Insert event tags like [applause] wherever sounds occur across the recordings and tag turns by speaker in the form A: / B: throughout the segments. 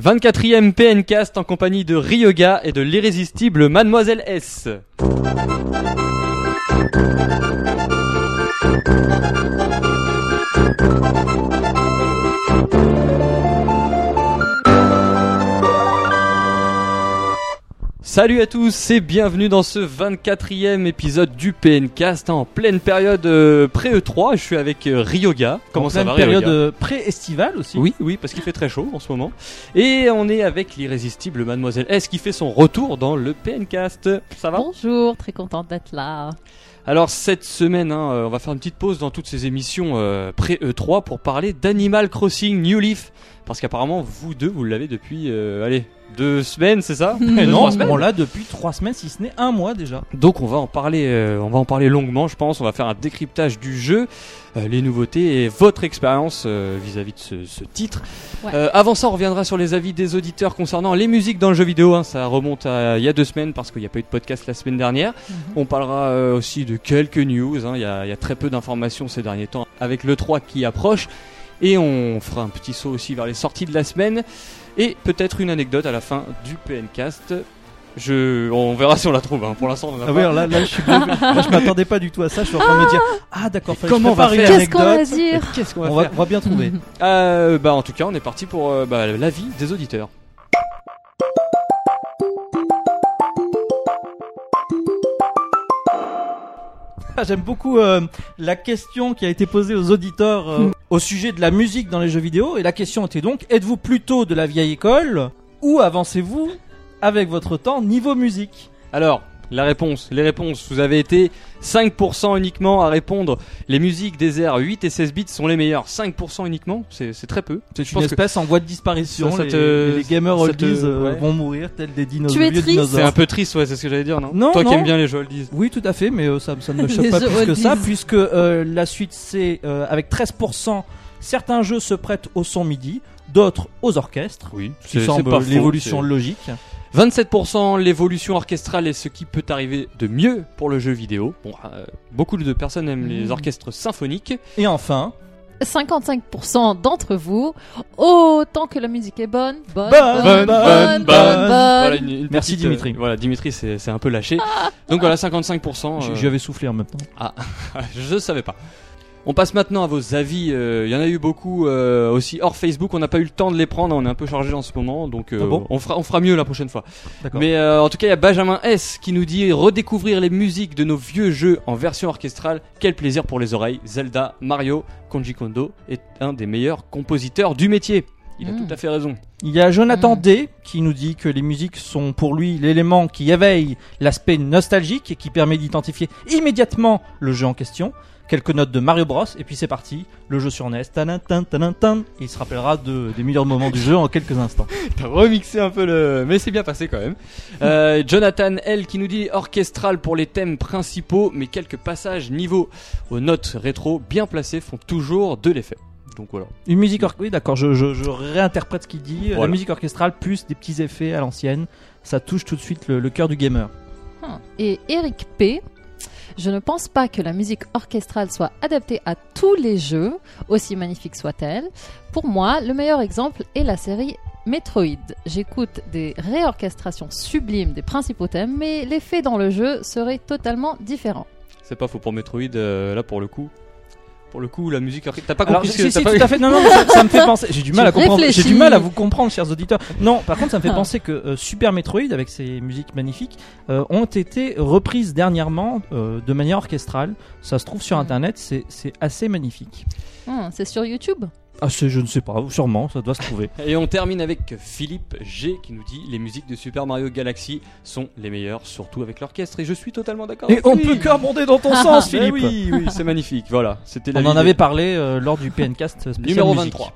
A: 24e PNcast en compagnie de Ryoga et de l'irrésistible Mademoiselle S. Salut à tous et bienvenue dans ce 24e épisode du PNcast en pleine période euh, pré-E3. Je suis avec euh, Ryoga. Comment
B: En
A: ça
B: pleine
A: va
B: période
A: Ryoga
B: euh, pré-estivale aussi.
A: Oui, oui, parce qu'il fait très chaud en ce moment. Et on est avec l'irrésistible Mademoiselle S qui fait son retour dans le PNcast. Ça va
C: Bonjour, très contente d'être là.
A: Alors cette semaine, hein, euh, on va faire une petite pause dans toutes ces émissions euh, pré-E3 pour parler d'Animal Crossing New Leaf. Parce qu'apparemment, vous deux, vous l'avez depuis, euh, allez, deux semaines, c'est [laughs] ça
B: Mais
A: Deux,
B: non,
A: trois
B: à ce
A: semaines.
B: moment-là, depuis trois semaines, si ce n'est un mois déjà.
A: Donc on va en parler, euh, on va en parler longuement, je pense. On va faire un décryptage du jeu, euh, les nouveautés et votre expérience euh, vis-à-vis de ce, ce titre.
C: Ouais.
A: Euh, avant ça, on reviendra sur les avis des auditeurs concernant les musiques dans le jeu vidéo. hein. ça remonte à il y a deux semaines parce qu'il n'y a pas eu de podcast la semaine dernière. On parlera euh, aussi de quelques news. hein. Il y a- il y, a très peu d'informations ces derniers temps avec le 3 qui approche. Et on fera un petit saut aussi vers les sorties de la semaine. Et peut-être une anecdote à la fin du PNcast. Je... On verra si on la trouve. hein. Pour l'instant, on en a
B: Ah
A: pas.
B: oui, alors là, là, je suis [laughs] blo- là, je m'attendais pas du tout à ça. Je suis en train de me dire Ah, d'accord, fallait que je
A: comment on va
B: prépare une
A: faire
C: Qu'est-ce qu'on va
B: anecdote.
C: dire
A: Qu'est-ce qu'on
B: On va, on va bien trouver.
A: Euh, bah, En tout cas, on est parti pour euh, bah, l'avis des auditeurs.
B: [laughs] Ah, J'aime beaucoup euh, la question qui a été posée aux auditeurs euh, au sujet de la musique dans les jeux vidéo. Et la question était donc Êtes-vous plutôt de la vieille école ou avancez-vous avec votre temps niveau musique
A: Alors, la réponse, les réponses, vous avez été 5% uniquement à répondre. Les musiques des airs 8 et 16 bits sont les meilleures. 5% uniquement, c'est c'est très peu.
B: C'est
A: Je
B: une
A: pense que
B: espèce en voie de disparition.
A: Ça, ça
B: les,
A: te-
B: les gamers
A: ça te-
B: oldies euh,
A: ouais.
B: vont mourir tels des dinosaures.
C: Tu es
B: vieux
C: triste
B: dinosaures.
A: c'est un peu triste, ouais, c'est ce que j'allais dire, non,
B: Non,
A: Toi qui
B: non.
A: aimes bien les jeux oldies.
B: Oui, tout à fait, mais euh, ça, ça ne me choque
C: Les
B: pas plus que ça,
C: oldies.
B: puisque euh, la suite c'est euh, avec 13%, certains jeux se prêtent au son midi, d'autres aux orchestres,
A: Oui,
B: ce qui semble l'évolution logique.
A: 27% l'évolution orchestrale est ce qui peut arriver de mieux pour le jeu vidéo. Bon, euh, beaucoup de personnes aiment les
C: Mm.
A: orchestres symphoniques.
B: Et enfin,
C: 55% d'entre vous, autant que la musique est bonne, bonne,
B: Bonne,
C: bonne, bonne, bonne,
B: bonne, bonne.
A: Voilà,
C: bonne.
A: une- une
B: Merci,
A: petite, euh,
B: Dimitri.
A: voilà, Dimitri c'est c'est un peu lâché. Donc voilà, 55%.
B: j-
A: euh,
B: j'y avais soufflé en même temps.
A: Je savais pas. On passe maintenant à vos avis. euh, Il y en a eu beaucoup euh, aussi hors Facebook. On n'a pas eu le temps de les prendre. On est un peu chargé en ce moment, donc euh,
B: Ah bon
A: on fera on fera mieux la prochaine fois.
B: D'accord.
A: Mais euh, en tout cas, il y a Benjamin S qui nous dit redécouvrir les musiques de nos vieux jeux en version orchestrale. Quel plaisir pour les oreilles. Zelda, Mario, Konji Kondo est un des meilleurs compositeurs du métier. Il a
C: Mm.
A: tout à fait raison.
B: Il y a Jonathan
C: Mm.
B: D qui nous dit que les musiques sont pour lui l'élément qui éveille l'aspect nostalgique et qui permet d'identifier immédiatement le jeu en question. Quelques notes de Mario Bros et puis c'est parti, le jeu sur NES. Tadam, tadam, tadam, tadam. Il se rappellera de- des meilleurs moments du jeu en quelques instants.
A: [laughs] T'as remixé un peu le. Mais c'est bien passé quand même. Euh, Jonathan L qui nous dit orchestral pour les thèmes principaux, mais quelques passages niveau aux notes rétro bien placées font toujours de l'effet. Donc voilà.
B: Une musique orchestrale, oui d'accord, je, je- je réinterprète ce qu'il dit.
A: Voilà.
B: La musique orchestrale plus des petits effets à l'ancienne, ça touche tout de suite le, le cœur du gamer.
C: Hmm. Et Eric P. Je ne pense pas que la musique orchestrale soit adaptée à tous les jeux, aussi magnifique soit-elle. Pour moi, le meilleur exemple est la série Metroid. J'écoute des réorchestrations sublimes des principaux thèmes, mais l'effet dans le jeu serait totalement différent.
A: C'est pas faux pour Metroid, euh, là pour le coup. Pour le coup, la musique. orche- T'as pas
B: Alors
A: compris
B: si,
A: ce que
B: si,
A: t'as pas-
B: tout à fait, non, non, mais ça, ça me [laughs] fait penser, j'ai du mal
C: Tu
B: à comprendre, j'ai
C: réfléchis.
B: du mal à vous comprendre chers auditeurs. Non, par contre ça me fait penser que euh, Super Metroid avec ses musiques magnifiques euh, ont été reprises dernièrement euh, de manière orchestrale. Ça se trouve sur
C: Mm.
B: internet, c'est c'est assez magnifique.
C: Hmm, C'est sur YouTube
B: Ah c'est, je ne sais pas, sûrement, ça doit se trouver.
A: Et on termine avec Philippe G qui nous dit les musiques de Super Mario Galaxy sont les meilleures, surtout avec l'orchestre. Et je suis totalement d'accord.
B: Et
A: avec
B: on
A: lui.
B: peut qu'abonder dans ton sens
A: Mais
B: Philippe
A: Oui, oui, c'est magnifique. Voilà, c'était la
B: On en avait parlé euh, lors du PNcast spécial
A: Numéro
B: musique.
A: 23.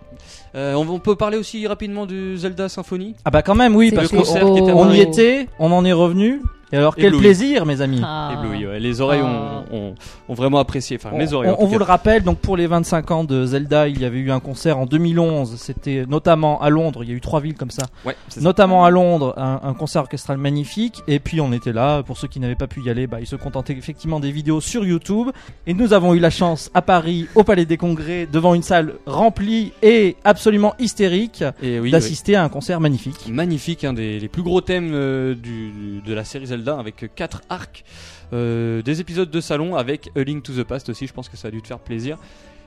A: Euh, on on peut parler aussi rapidement du Zelda Symphonie
B: Ah bah quand même oui,
C: C'est
B: parce
A: le
B: qu'on
A: concert qui était à
B: on y
A: Paris.
B: était, on en est revenu, Et alors, quel
A: Ébloui.
B: plaisir, mes amis.
C: Ah.
A: Ébloui, ouais. Les oreilles ont, ont- ont vraiment apprécié. Enfin, mes
B: Ah. on,
A: oreilles. en
B: on
A: tout
B: vous
A: cas.
B: le rappelle, donc pour les 25 ans de Zelda, il y avait eu un concert en 2011. C'était notamment à Londres. Il y a eu trois villes comme ça.
A: Ouais, c'est ça.
B: Notamment à Londres, un, un concert orchestral magnifique. Et puis on était là. Pour ceux qui n'avaient pas pu y aller, bah, ils se contentaient effectivement des vidéos sur YouTube. Et nous avons eu la chance à Paris, au Palais des Congrès, devant une salle remplie et absolument hystérique,
A: Et oui, oui.
B: d'assister à un concert magnifique.
A: Magnifique, un des les plus gros thèmes euh, du, de la série Zelda avec quatre arcs, euh, des épisodes de salon avec A Link to the Past aussi. Je pense que ça a dû te faire plaisir.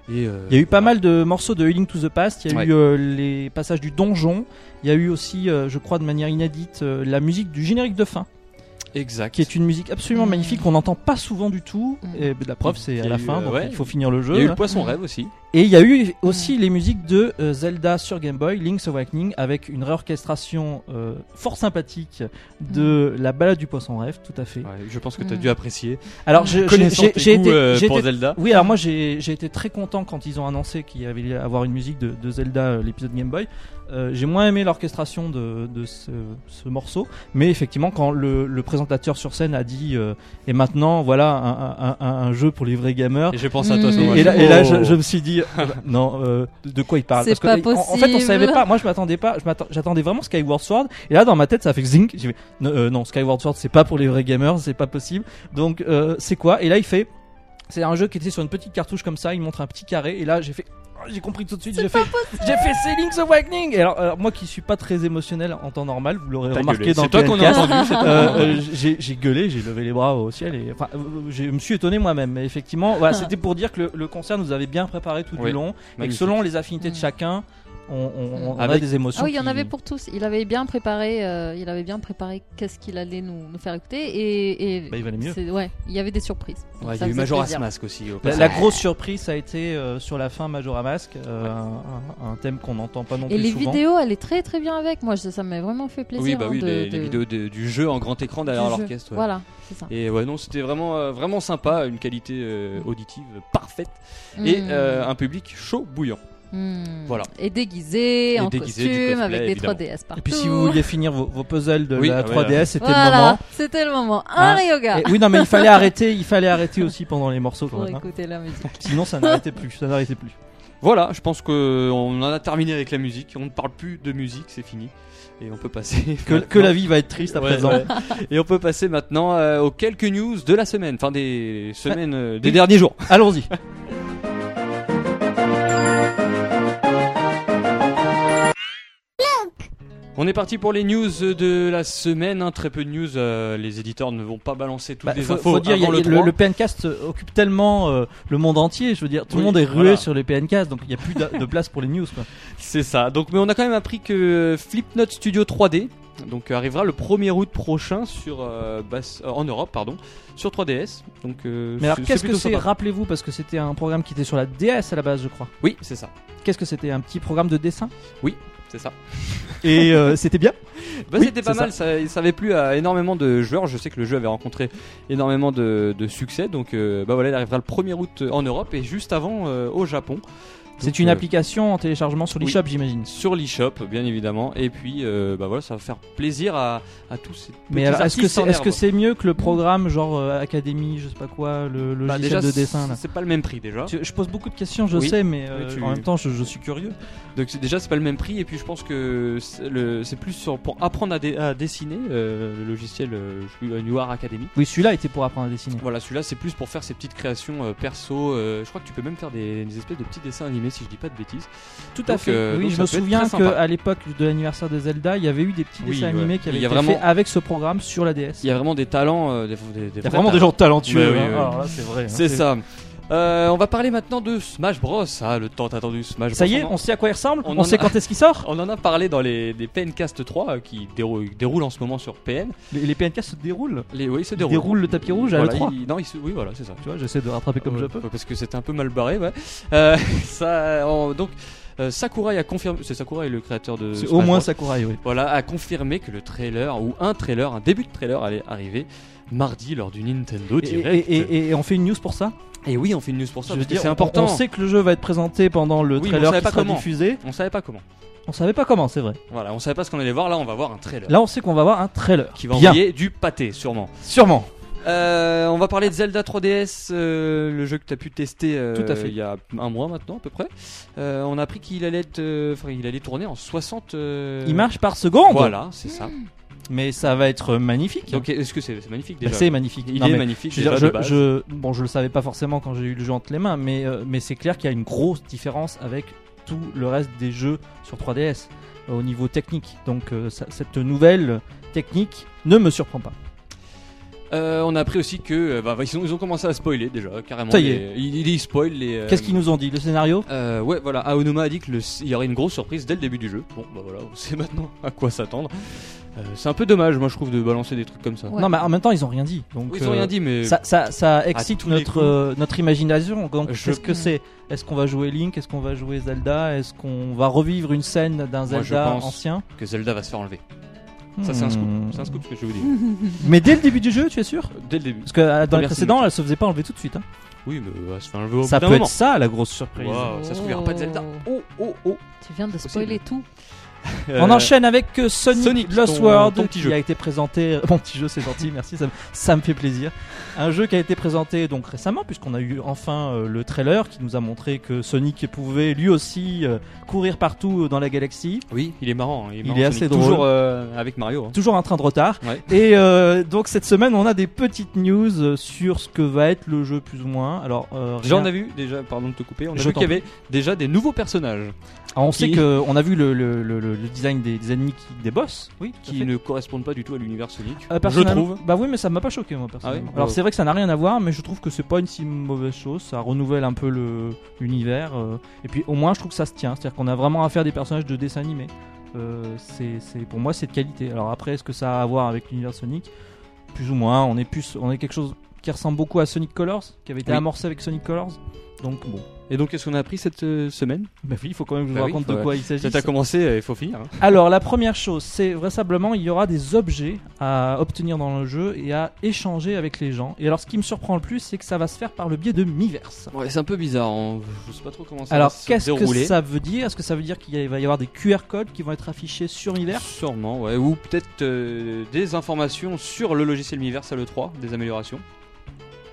A: Et, euh,
B: Il y a eu pas
A: voilà.
B: mal de morceaux de Healing to the Past. Il y a
A: Ouais.
B: eu euh, les passages du donjon. Il y a eu aussi, euh, je crois, de manière inédite, euh, la musique du générique de fin.
A: Exact.
B: qui est une musique absolument
C: Mm.
B: magnifique qu'on n'entend pas souvent du tout.
C: Mm.
B: Et bah, la preuve, c'est
A: Il y
B: à
A: a
B: la
A: eu,
B: fin,
A: euh,
B: donc
A: ouais.
B: il faut finir le
A: Il y a eu
B: jeu. hein. Mm.
A: le poisson rêve aussi.
B: Et il y a eu aussi les musiques de euh, Zelda sur Game Boy, Link's Awakening, avec une réorchestration euh, fort sympathique de la balade du poisson rêve, tout à fait.
A: Ouais, je pense que tu as
C: Mm.
A: dû apprécier.
B: Alors, je- j'ai
A: Connaissant
B: j'ai-
A: tes
B: j'ai
A: goûts,
B: été.
A: euh,
B: j'ai
A: pour
B: été-
A: Zelda.
B: oui, alors moi j'ai j'ai été très content quand ils ont annoncé qu'il y allait avoir une musique de, de Zelda, euh, l'épisode Game Boy. Euh, j'ai moins aimé l'orchestration de, de ce, ce morceau, mais effectivement quand le, le présentateur sur scène a dit euh, et maintenant voilà un, un- un- un jeu pour les vrais gamers.
A: Et j'ai pensé à toi. à ce
C: Mm.
B: Et,
C: moi,
A: moment-là.
B: et là, et là,
A: Oh.
B: je, je me suis dit euh, non euh, de quoi il parle
C: C'est
B: parce que,
C: pas
B: en- En, fait on
C: possible.
B: savait pas. Moi je m'attendais pas. je m'attend- J'attendais vraiment Skyward Sword. Et là dans ma tête ça a fait zing. J'ai fait non, euh, non, Skyward Sword c'est pas pour les vrais gamers c'est pas possible. Donc euh, c'est quoi Et là il fait c'est un jeu qui était sur une petite cartouche comme ça, il montre un petit carré et là j'ai fait oh, j'ai compris tout de suite, j'ai fait j'ai fait c'est Link's Awakening. Et alors, alors, moi qui suis pas très émotionnel en temps normal, vous l'aurez
A: T'as
B: remarqué
A: gueulé.
B: dans
A: C'est toi qu'on a
B: PNK,
A: entendu. c'est toi qu'on a
B: euh,
C: [laughs]
A: entendu.
B: euh, j'ai j'ai gueulé, j'ai levé les bras au ciel et enfin, euh, je me suis étonné moi-même. Mais effectivement, voilà,
C: Ah.
B: c'était pour dire que le, le concert nous avait bien préparé tout
A: Oui,
B: du long et que
A: magnifique.
B: selon les affinités de
C: Mm.
B: chacun, on, on- on
A: Avec-
B: a des émotions.
C: Ah oui, il y en
B: qui-
C: avait pour tous. Il avait bien préparé, euh, il avait bien préparé qu'est-ce qu'il allait nous, nous faire écouter et, et
B: Bah, il valait mieux.
C: c'est- ouais, il y avait des surprises. Donc
A: Ouais, il y
C: ça
A: a eu
C: faisait
A: Majora's
C: plaisir.
A: Mask aussi. au
B: La,
A: passage.
B: la grosse surprise, ça a été euh, sur la fin Majora Mask, euh, un- un, un thème qu'on n'entend pas non
C: Et
B: plus
C: les
B: souvent.
C: vidéos, elle est très très bien avec. Moi, je- ça m'a vraiment fait plaisir.
A: Oui, bah
C: hein,
A: oui,
C: de-
A: les, les
C: de-
A: vidéos de- du jeu en grand écran derrière
C: du jeu.
A: l'orchestre. ouais.
C: Voilà, c'est ça.
A: Et ouais, non, c'était vraiment, euh, vraiment sympa, une qualité euh, auditive parfaite et
C: Mm.
A: euh, un public chaud bouillant.
C: Mm.
A: voilà.
C: Et déguisé,
A: Et
C: en
A: déguisé, du
C: costume,
A: cosplay,
C: avec des
A: évidemment.
C: 3DS partout.
B: Et puis si vous vouliez finir vos, vos puzzles de
A: Oui,
B: la
A: ah ouais,
B: 3DS,
A: ouais.
B: c'était le moment.
C: voilà, c'était le moment. Un
B: Hein,
C: yoga
B: Et- oui, non, mais il fallait arrêter, il fallait arrêter aussi pendant les morceaux quand
C: pour
B: même. hein.
C: écouter la musique.
B: Sinon, ça n'arrêtait plus, ça
A: [laughs]
B: n'arrêtait plus.
A: Voilà, je pense qu'on en a terminé avec la musique. On ne parle plus de musique, c'est fini. Et on peut passer.
B: Que, que la vie va être triste à
A: Ouais,
B: présent.
A: ouais. Et on peut passer maintenant euh, aux quelques news de la semaine, enfin des semaines, euh, des
B: oui.
A: derniers jours.
B: Allons-y.
A: On est parti pour les news de la semaine. hein, Très peu de news. euh, les éditeurs ne vont pas balancer toutes
B: Bah,
A: les
B: faut,
A: infos.
B: faut dire, il y a-
A: avant
B: il y a- le,
A: le 3.
B: le PNcast occupe tellement euh, le monde entier, je veux dire, tout le
A: Oui,
B: monde est rué
A: voilà.
B: sur les PNcast, donc il n'y a plus de, de place pour les news.
A: [laughs]
B: Quoi.
A: C'est ça. Donc, mais on a quand même appris que Flipknot Studio 3D donc euh, arrivera le 1er août prochain sur euh, basse- euh, en Europe, pardon, sur 3DS. Donc, euh,
B: Mais alors,
A: c'est-
B: qu'est-ce que
A: plutôt
B: c'est
A: sympa.
B: Rappelez-vous, parce que c'était un programme qui était sur la DS à la base, je crois.
A: Oui, c'est ça.
B: Qu'est-ce que c'était Un petit programme de dessin
A: C'est ça.
B: Et euh, c'était bien
A: Bah,
B: Oui,
A: c'était pas
B: c'est
A: mal, ça, il savait plus à énormément de joueurs. Je sais que le jeu avait rencontré énormément de, de succès. Donc euh, bah voilà, il arrivera le 1er août euh, en Europe et juste avant euh, au Japon.
B: C'est
A: Donc,
B: une
A: euh,
B: application en téléchargement sur
A: oui.
B: l'eShop, j'imagine.
A: sur l'eShop, bien évidemment. Et puis euh, bah voilà, ça va faire plaisir à, à tous ces
B: Mais
A: petits
B: alors, est-ce que
A: artistes
B: c'est
A: en
B: est-ce que
A: herbe.
B: c'est mieux que le programme genre euh, académie, je sais pas quoi, le le
A: Bah,
B: logiciel
A: déjà
B: de dessin là
A: c'est pas le même prix déjà.
B: Tu- Je pose beaucoup de questions, je
A: Oui.
B: sais, mais euh,
A: Oui, tu-
B: en même temps, je, je suis curieux.
A: Donc c'est- déjà c'est pas le même prix et puis je pense que c'est le- c'est plus sur- pour apprendre à, dé- à dessiner euh, le logiciel euh, je sais plus, New Art Academy.
B: Oui, celui-là était pour apprendre à dessiner.
A: Voilà, celui-là c'est plus pour faire ses petites créations euh, perso. euh, je crois que tu peux même faire des, des espèces de petits dessins animés si je dis pas de bêtises.
B: Tout à
A: Donc,
B: fait.
A: euh,
B: oui,
A: donc
B: je
A: ça
B: me
A: peut être
B: souviens
A: très sympa.
B: qu'à l'époque de l'anniversaire de Zelda, il y avait eu des petits
A: Oui,
B: dessins
A: ouais.
B: animés qui avaient
A: Il y
B: été
A: a vraiment-
B: faits avec ce programme sur la DS.
A: Il y a vraiment des talents, euh, des, des- des
B: Il y
A: vrais
B: a vraiment
A: talents.
B: des gens talentueux.
A: Mais oui,
B: hein.
A: oui.
B: Alors là, c'est vrai. hein.
A: C'est ça. Euh, on va parler maintenant de Smash Bros. Ah, le temps attendu Smash Bros.
B: Ça y est,
A: en-
B: on sait à quoi il ressemble,
A: On
B: on,
A: en a-
B: sait quand est-ce qu'il sort.
A: On en a parlé dans les, les PNcast 3 euh, qui dérou- déroulent en ce moment sur PN.
B: Les, les PNK se déroulent.
A: Les, oui, ils se
B: Ils
A: déroulent.
B: déroulent le tapis rouge à
A: Voilà,
B: l'E3.
A: ils- non, ils se- oui, voilà, c'est ça. Euh,
B: Tu vois, j'essaie de rattraper comme
A: Ouais,
B: je peux.
A: Parce que c'était un peu mal barré, ouais. Euh, [laughs] ça, on- donc, Euh, Sakurai a confirmé, c'est Sakurai le créateur de.
B: C'est au
A: Smash
B: moins
A: Bros.
B: Sakurai, oui.
A: Voilà, a confirmé que le trailer ou un trailer, un début de trailer allait arriver mardi lors du Nintendo
B: Et,
A: Direct.
B: et- et- et on fait une news pour ça
A: Et oui, on fait une news pour ça.
B: Je veux
A: parce que
B: dire,
A: c'est
B: on-
A: important.
B: On sait que le jeu va être présenté pendant le
A: Oui, mais on
B: trailer
A: savait
B: qui
A: pas
B: sera
A: comment.
B: diffusé.
A: On savait pas comment.
B: On savait pas comment, c'est vrai.
A: Voilà, on savait pas ce qu'on allait voir. Là, on va voir un trailer
B: Là, on sait qu'on va avoir un trailer.
A: qui va
B: Bien.
A: envoyer du pâté, sûrement.
B: Sûrement.
A: Euh, on va parler de Zelda 3DS, euh, le jeu que tu as pu tester euh,
B: Tout à fait.
A: il y a un mois maintenant à peu près. Euh, on a appris qu'il allait être, euh, enfin, il allait tourner en 60 euh,
B: Images par seconde.
A: Voilà, c'est ça.
B: Mmh. Mais ça va être magnifique.
A: Donc est-ce que c'est c'est magnifique
B: Bah,
A: déjà
B: c'est magnifique.
A: Il
B: Non,
A: est
B: mais
A: magnifique.
B: Je, veux dire,
A: déjà,
B: je,
A: de base.
B: je- bon, je le savais pas forcément quand j'ai eu le jeu entre les mains, mais, euh, mais c'est clair qu'il y a une grosse différence avec tout le reste des jeux sur 3DS euh, au niveau technique. Donc euh, ça- cette nouvelle technique ne me surprend pas.
A: Euh, on a appris aussi que euh, bah, bah, ils, ont, ils ont commencé à spoiler déjà carrément.
B: Ça y est.
A: les- ils, ils spoilent les. euh,
B: Qu'est-ce qu'ils nous ont dit Le scénario
A: Euh, ouais, voilà. Aonuma a dit que le- il y aurait une grosse surprise dès le début du jeu. Bon, bah voilà, on sait [laughs] maintenant à quoi s'attendre. Euh, c'est un peu dommage, moi je trouve, de balancer des trucs comme ça.
C: Ouais.
B: Non, mais en même temps, ils ont rien dit. Donc,
A: Oui, ils ont
B: euh,
A: rien dit, mais
B: Ça, ça- ça excite
A: tous les
B: notre,
A: coups.
B: euh, notre imagination. Donc,
A: Je-
B: qu'est-ce que c'est Est-ce qu'on va jouer Link Est-ce qu'on va jouer Zelda Est-ce qu'on va revivre une scène d'un
A: Moi, je
B: Zelda
A: pense
B: ancien
A: que Zelda va se faire enlever. Ça, c'est un scoop.
B: Hmm.
A: C'est un scoop ce que je vais vous dis.
B: Mais dès le début du jeu, tu es sûr
A: Dès le début.
B: Parce que euh, dans les
A: Première
B: précédents, elle se faisait pas enlever tout de suite. hein.
A: Oui, mais euh, elle se fait enlever au
B: Ça
A: bout d'un
B: peut être
A: moment.
B: ça la grosse surprise.
A: Waouh, ça se trouvera pas de Zelda.
C: Oh,
A: Oh, oh.
C: Tu viens de
A: possible.
C: spoiler tout.
B: On
A: Euh,
B: enchaîne avec euh, Sonic,
A: Sonic,
B: Lost
A: ton-
B: World
A: ton petit
B: qui
A: jeu.
B: a été présenté. euh, [laughs] Mon petit jeu, c'est gentil, merci, ça, me- ça me fait plaisir. Un jeu qui a été présenté donc récemment puisqu'on a eu enfin euh, le trailer qui nous a montré que Sonic pouvait lui aussi euh, courir partout dans la galaxie.
A: Oui, il est marrant. hein, Il est, marrant,
B: est
A: Sonic.
B: assez drôle.
A: Toujours euh, avec Mario. hein.
B: Toujours un train de retard.
A: Ouais.
B: Et euh, donc cette semaine, on a des petites news euh, sur ce que va être le jeu plus ou moins. Alors, euh,
A: Déjà,
B: rien-
A: on a vu, déjà, pardon de te couper, on a
B: Je
A: vu
B: t'en
A: qu'il y avait déjà des nouveaux personnages
B: Ah, on sait
A: qui-
B: que on a vu le, le- le- le- le design des, des ennemis qui- des boss. Oui, tout à fait.
A: qui ne correspondent pas du tout à l'univers Sonic.
B: Euh,
A: je
B: personnellement-
A: trouve.
B: Bah oui, mais ça m'a pas choqué moi personnellement.
A: Ah oui
B: Alors
A: Ouais.
B: c'est vrai que ça n'a rien à voir, mais je trouve que c'est pas une si mauvaise chose. Ça renouvelle un peu le- l'univers. euh, et puis au moins, je trouve que ça se tient. C'est-à-dire qu'on a vraiment affaire à des personnages de dessin animé. Euh, c'est, c'est- pour moi, c'est de qualité. Alors après, est-ce que ça a à voir avec l'univers Sonic Plus ou moins. On est plus, on est quelque chose qui ressemble beaucoup à Sonic Colors, qui avait été
A: Oui.
B: amorcé avec Sonic Colors. Donc bon.
A: Et donc, qu'est-ce qu'on a appris cette euh, semaine
B: Bah oui, il faut quand même que je vous
A: Bah oui,
B: raconte
A: faut-
B: de quoi il s'agit.
A: Ça a commencé, euh, il faut finir. hein.
B: Alors la première chose, c'est vraisemblablement il y aura des objets à obtenir dans le jeu et à échanger avec les gens. Et alors ce qui me surprend le plus, c'est que ça va se faire par le biais de Miiverse.
A: Ouais, c'est un peu bizarre. hein. Je sais pas trop comment ça va
B: Alors
A: se
B: qu'est-ce que
A: dérouler.
B: ça veut dire Est-ce que ça veut dire qu'il y a- va y avoir des QR codes qui vont être affichés sur Miiverse
A: Sûrement, ouais. Ou peut-être euh, des informations sur le logiciel Miiverse à l'E3, des améliorations.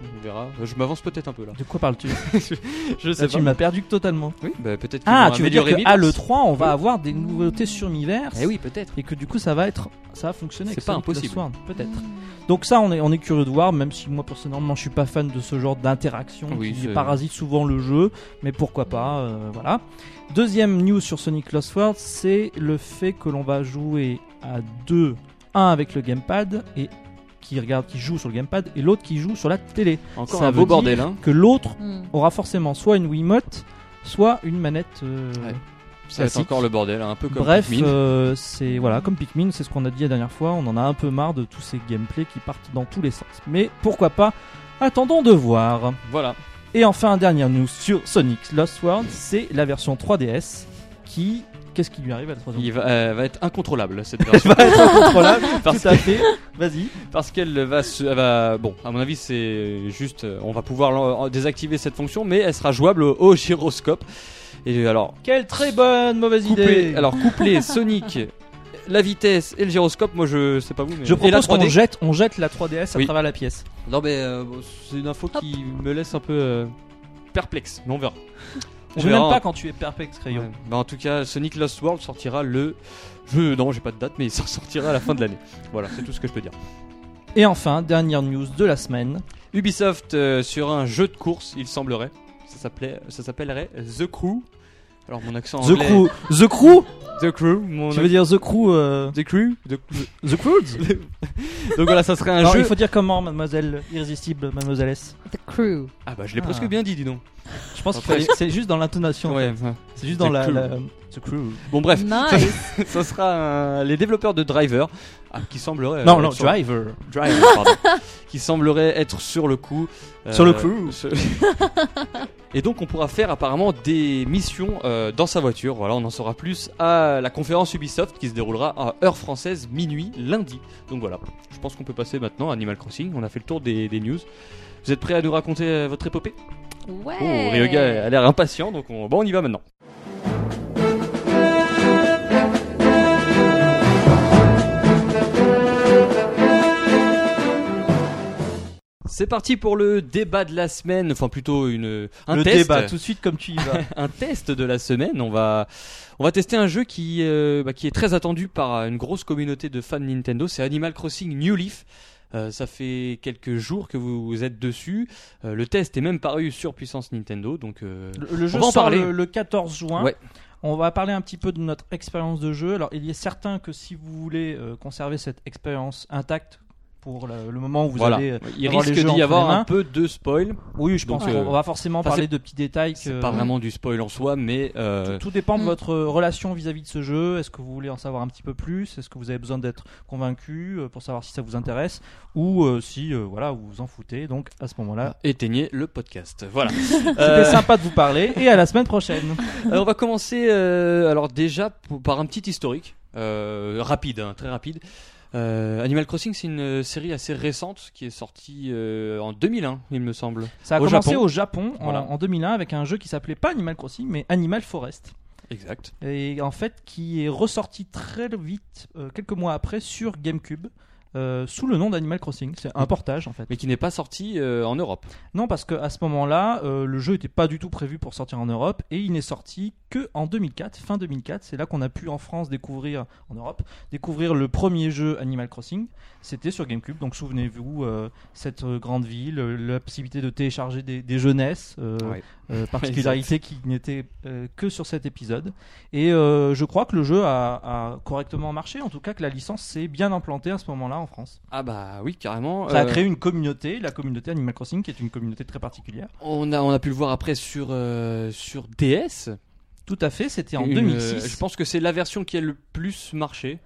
A: On verra. Euh, Je m'avance peut-être un
B: [laughs]
A: peu là.
B: De quoi parles-tu
A: Je
B: Là, Tu m'as perdu totalement.
A: Oui, bah, peut-être qu'ils
B: Ah,
A: vont
B: tu veux dire
A: améliorer
B: qu'à le
A: Miiverse.
B: 3, on va
A: Oui.
B: avoir des nouveautés sur Miiverse
A: Eh oui, peut-être.
B: et que du coup ça va être ça va fonctionner avec
A: C'est pas
B: Sonic Lost
A: impossible.
B: World, peut-être donc ça on est, on est curieux de voir même si moi personnellement je suis pas fan de ce genre d'interaction
A: Oui,
B: qui
A: c'est-
B: parasite souvent le jeu mais pourquoi pas euh, voilà deuxième news sur Sonic Lost World c'est le fait que l'on va jouer à deux un avec le gamepad et qui regarde qui joue sur le gamepad et l'autre qui joue sur la télé
A: Encore
B: Ça
A: un
B: veut
A: beau
B: dire
A: bordel, hein.
B: que l'autre
C: Hmm.
B: aura forcément soit une Wiimote soit une manette euh,
A: Ouais. Ça va être
B: classique.
A: encore le bordel, hein, un peu comme
B: Bref,
A: Pikmin.
B: euh, c'est voilà, comme Pikmin, c'est ce qu'on a dit la dernière fois. On en a un peu marre de tous ces gameplays qui partent dans tous les sens. Mais pourquoi pas Attendons de voir.
A: Voilà.
B: Et enfin, un dernier news sur Sonic Lost World, c'est la version 3DS qui, qu'est-ce qui lui arrive à la 3DS
A: Il va, euh, va être incontrôlable cette
B: [laughs]
A: version.
B: Incontrôlable,
A: Parce
B: tout à fait. Vas-y.
A: [laughs] Parce qu'elle va se. elle va- bon, à mon avis, c'est juste. euh, On va pouvoir l'en- désactiver cette fonction, mais elle sera jouable au- au gyroscope. Et alors,
B: Quelle très bonne mauvaise
A: couplé,
B: idée.
A: [laughs] alors couplé Sonic, la vitesse et le gyroscope, moi je sais pas vous, mais.
B: je
A: et la
B: propose
A: 3D.
B: qu'on jette, on jette la 3DS à
A: Oui.
B: travers la pièce.
A: Non, mais euh, bon, c'est une info qui me laisse un peu euh, perplexe, mais on verra. On
B: Je
A: verra.
B: n'aime pas quand tu es perplex, crayon.
A: Ouais. Bah, en tout cas, Sonic Lost World sortira le. Je... Non, j'ai pas de date, mais [laughs] il sortira à la fin de l'année. Voilà, c'est tout ce que je peux dire.
B: Et enfin, dernière news de la semaine.
A: Ubisoft euh, sur un jeu de course, il semblerait. Ça s'appelait, ça s'appellerait The Crew. Alors mon accent
B: The
A: anglais.
B: Crew, The Crew.
A: The Crew. Mon
B: Tu veux dire The Crew, euh,
A: The Crew. The-
B: The Crew
A: [laughs] Donc voilà, ça serait un
B: Alors,
A: jeu.
B: il faut dire comment, mademoiselle irrésistible, mademoiselle S.
C: The
A: [laughs]
C: Crew.
A: Ah bah je l'ai
B: Ah.
A: presque bien dit, dis donc.
B: Je pense
A: Après,
B: que c'est juste dans l'intonation.
A: Ouais,
B: C'est juste dans
A: The
B: la,
A: Crew. Euh,
B: la- the crew.
A: Bon, bref,
C: Nice.
A: [laughs] ça sera euh, les développeurs de Driver, ah, qui semblerait.
B: non, non,
A: Driver.
B: driver.
A: Drive, pardon,
B: [laughs]
A: qui semblerait être sur le coup. euh,
B: Sur le coup.
A: sur- Et donc on pourra faire apparemment des missions euh, dans sa voiture. Voilà, on en saura plus à la conférence Ubisoft qui se déroulera à heure française minuit lundi. Donc voilà, je pense qu'on peut passer maintenant à Animal Crossing. On a fait le tour des, des news. Vous êtes prêts à nous raconter euh, votre épopée
C: ouais.
A: Oh, Ryoga a l'air impatient, donc on... bon, on y va maintenant. C'est parti pour le débat de la semaine, enfin plutôt une, un
B: le
A: test,
B: débat, tout de suite comme tu
A: [laughs]
B: y vas.
A: un test de la semaine. On va, on va tester un jeu qui, euh, bah, qui est très attendu par une grosse communauté de fans Nintendo. C'est Animal Crossing New Leaf. Euh, ça fait quelques jours que vous êtes dessus. Euh, le test est même paru sur Puissance Nintendo, donc euh,
B: Le, le jeu
A: va en
B: sort
A: parler.
B: Le, le 14 juin.
A: Ouais.
B: On va parler un petit peu de notre expérience de jeu. Alors, il est certain que si vous voulez euh, conserver cette expérience intacte pour le, le moment où vous
A: voilà.
B: allez. euh,
A: Il
B: avoir les
A: risque
B: jeux
A: d'y
B: entre
A: avoir
B: les mains.
A: un peu de spoil. Euh,
B: oui, je
A: Donc,
B: pense
A: euh,
B: qu'on va forcément
A: enfin,
B: parler de petits détails.
A: C'est
B: que-
A: pas [laughs] vraiment du spoil en soi, mais euh,
B: Tout dépend de
C: Mm.
B: votre euh, relation vis-à-vis de ce jeu. Est-ce que vous voulez en savoir un petit peu plus Est-ce que vous avez besoin d'être convaincu euh, pour savoir si ça vous intéresse Ou euh, si euh, voilà, vous vous en foutez. Donc à ce moment-là,
A: éteignez le podcast. [laughs] Voilà.
B: c'était
A: Euh,
B: sympa de vous parler et à la semaine prochaine.
A: Alors, on va commencer euh, alors déjà pour- par un petit historique euh, rapide, hein, très rapide. Euh, Animal Crossing, c'est une euh, série assez récente qui est sortie euh, en 2001, il me semble.
B: Ça a
A: Au
B: commencé
A: Japon.
B: au Japon en,
A: Voilà.
B: en 2001 avec un jeu qui s'appelait pas Animal Crossing mais Animal Forest
A: Exact.
B: et en fait qui est ressorti très vite euh, quelques mois après sur GameCube. euh, sous le nom d'Animal Crossing, c'est un
A: Mais-
B: portage en fait.
A: Mais qui n'est pas sortie euh, en Europe.
B: Non, parce qu'à ce moment-là, euh, le jeu n'était pas du tout prévu pour sortir en Europe et il n'est sorti que en 2004, fin 2004. C'est là qu'on a pu en France découvrir, en Europe, découvrir le premier jeu Animal Crossing. C'était sur GameCube, donc souvenez-vous, euh, cette euh, grande ville, euh, la possibilité de télécharger des, des jeunesses, euh,
A: Ouais.
B: euh, particularité qui n'était euh, que sur cet épisode. Et euh, je crois que le jeu a, a correctement marché, en tout cas que la licence s'est bien implantée à ce moment-là en France.
A: Ah bah oui, carrément.
B: Ça a
A: Euh,
B: créé une communauté, la communauté Animal Crossing, qui est une communauté très particulière.
A: On a, on a pu le voir après sur, euh, sur DS.
B: Tout à fait, c'était en
A: Une, euh,
B: 2006.
A: je pense que c'est la version qui a le plus marché.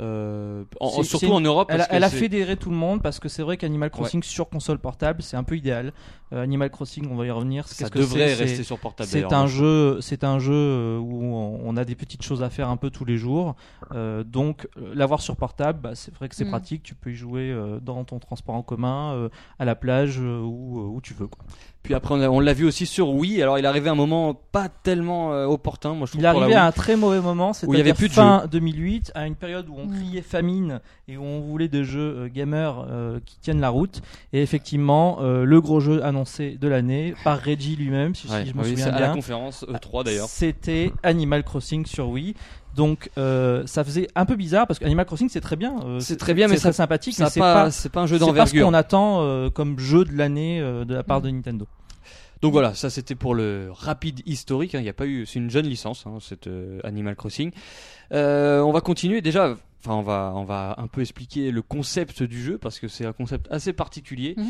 A: euh, en-
B: C'est-
A: surtout
B: c'est-
A: en Europe.
B: elle a,
A: parce que
B: elle a
A: c'est-
B: fédéré tout le monde parce que c'est vrai qu'Animal Crossing sur console portable, c'est un peu idéal. Euh, Animal Crossing, on va y revenir.
A: Ça
B: Qu'est-ce que
A: devrait
B: c'est
A: rester
B: C'est-
A: sur portable.
B: C'est
A: d'ailleurs. hein.
B: un jeu, c'est un jeu euh, où on on a des petites choses à faire un peu tous les jours. Euh, donc euh, l'avoir sur portable, bah, c'est vrai que c'est
C: Mm.
B: pratique. Tu peux y jouer euh, dans ton transport en commun, euh, à la plage euh, ou euh, où tu veux. quoi.
A: Puis après, on a- on l'a vu aussi sur Wii. Alors, il arrivait un moment pas tellement euh, opportun, moi je trouve.
B: Il
A: pour la
B: arrivait
A: Wii.
B: à un très mauvais moment,
A: Où il y avait
B: c'est-à-dire
A: plus de
B: fin 2008, à une période où on
C: Mm.
B: criait famine et où on voulait des jeux euh, gamers euh, qui tiennent la route. Et effectivement, euh, le gros jeu annoncé de l'année par Reggie lui-même, si, si
A: Ouais,
B: je me
A: oui, c'est
B: souviens
A: à la
B: bien, Ah,
A: conférence E3 d'ailleurs.
B: c'était Animal Crossing sur Wii. Donc euh, ça faisait un peu bizarre parce que Animal Crossing c'est très bien, euh,
A: C'est très bien, mais
B: c'est
A: ça-
B: très sympathique,
A: Ça
B: mais
A: a
B: c'est
A: pas-
B: pas,
A: C'est pas un jeu
B: c'est pas ce
A: d'envergure. Mm.
B: qu'on attend euh, comme jeu de l'année euh, de la part de Nintendo.
A: Donc voilà, ça c'était pour le rapide historique. hein. Il y a pas eu, c'est une jeune licence, hein, cette euh, Animal Crossing. Euh, on va continuer déjà. Enfin, on va, on va un peu expliquer le concept du jeu parce que c'est un concept assez particulier,
C: Mhm.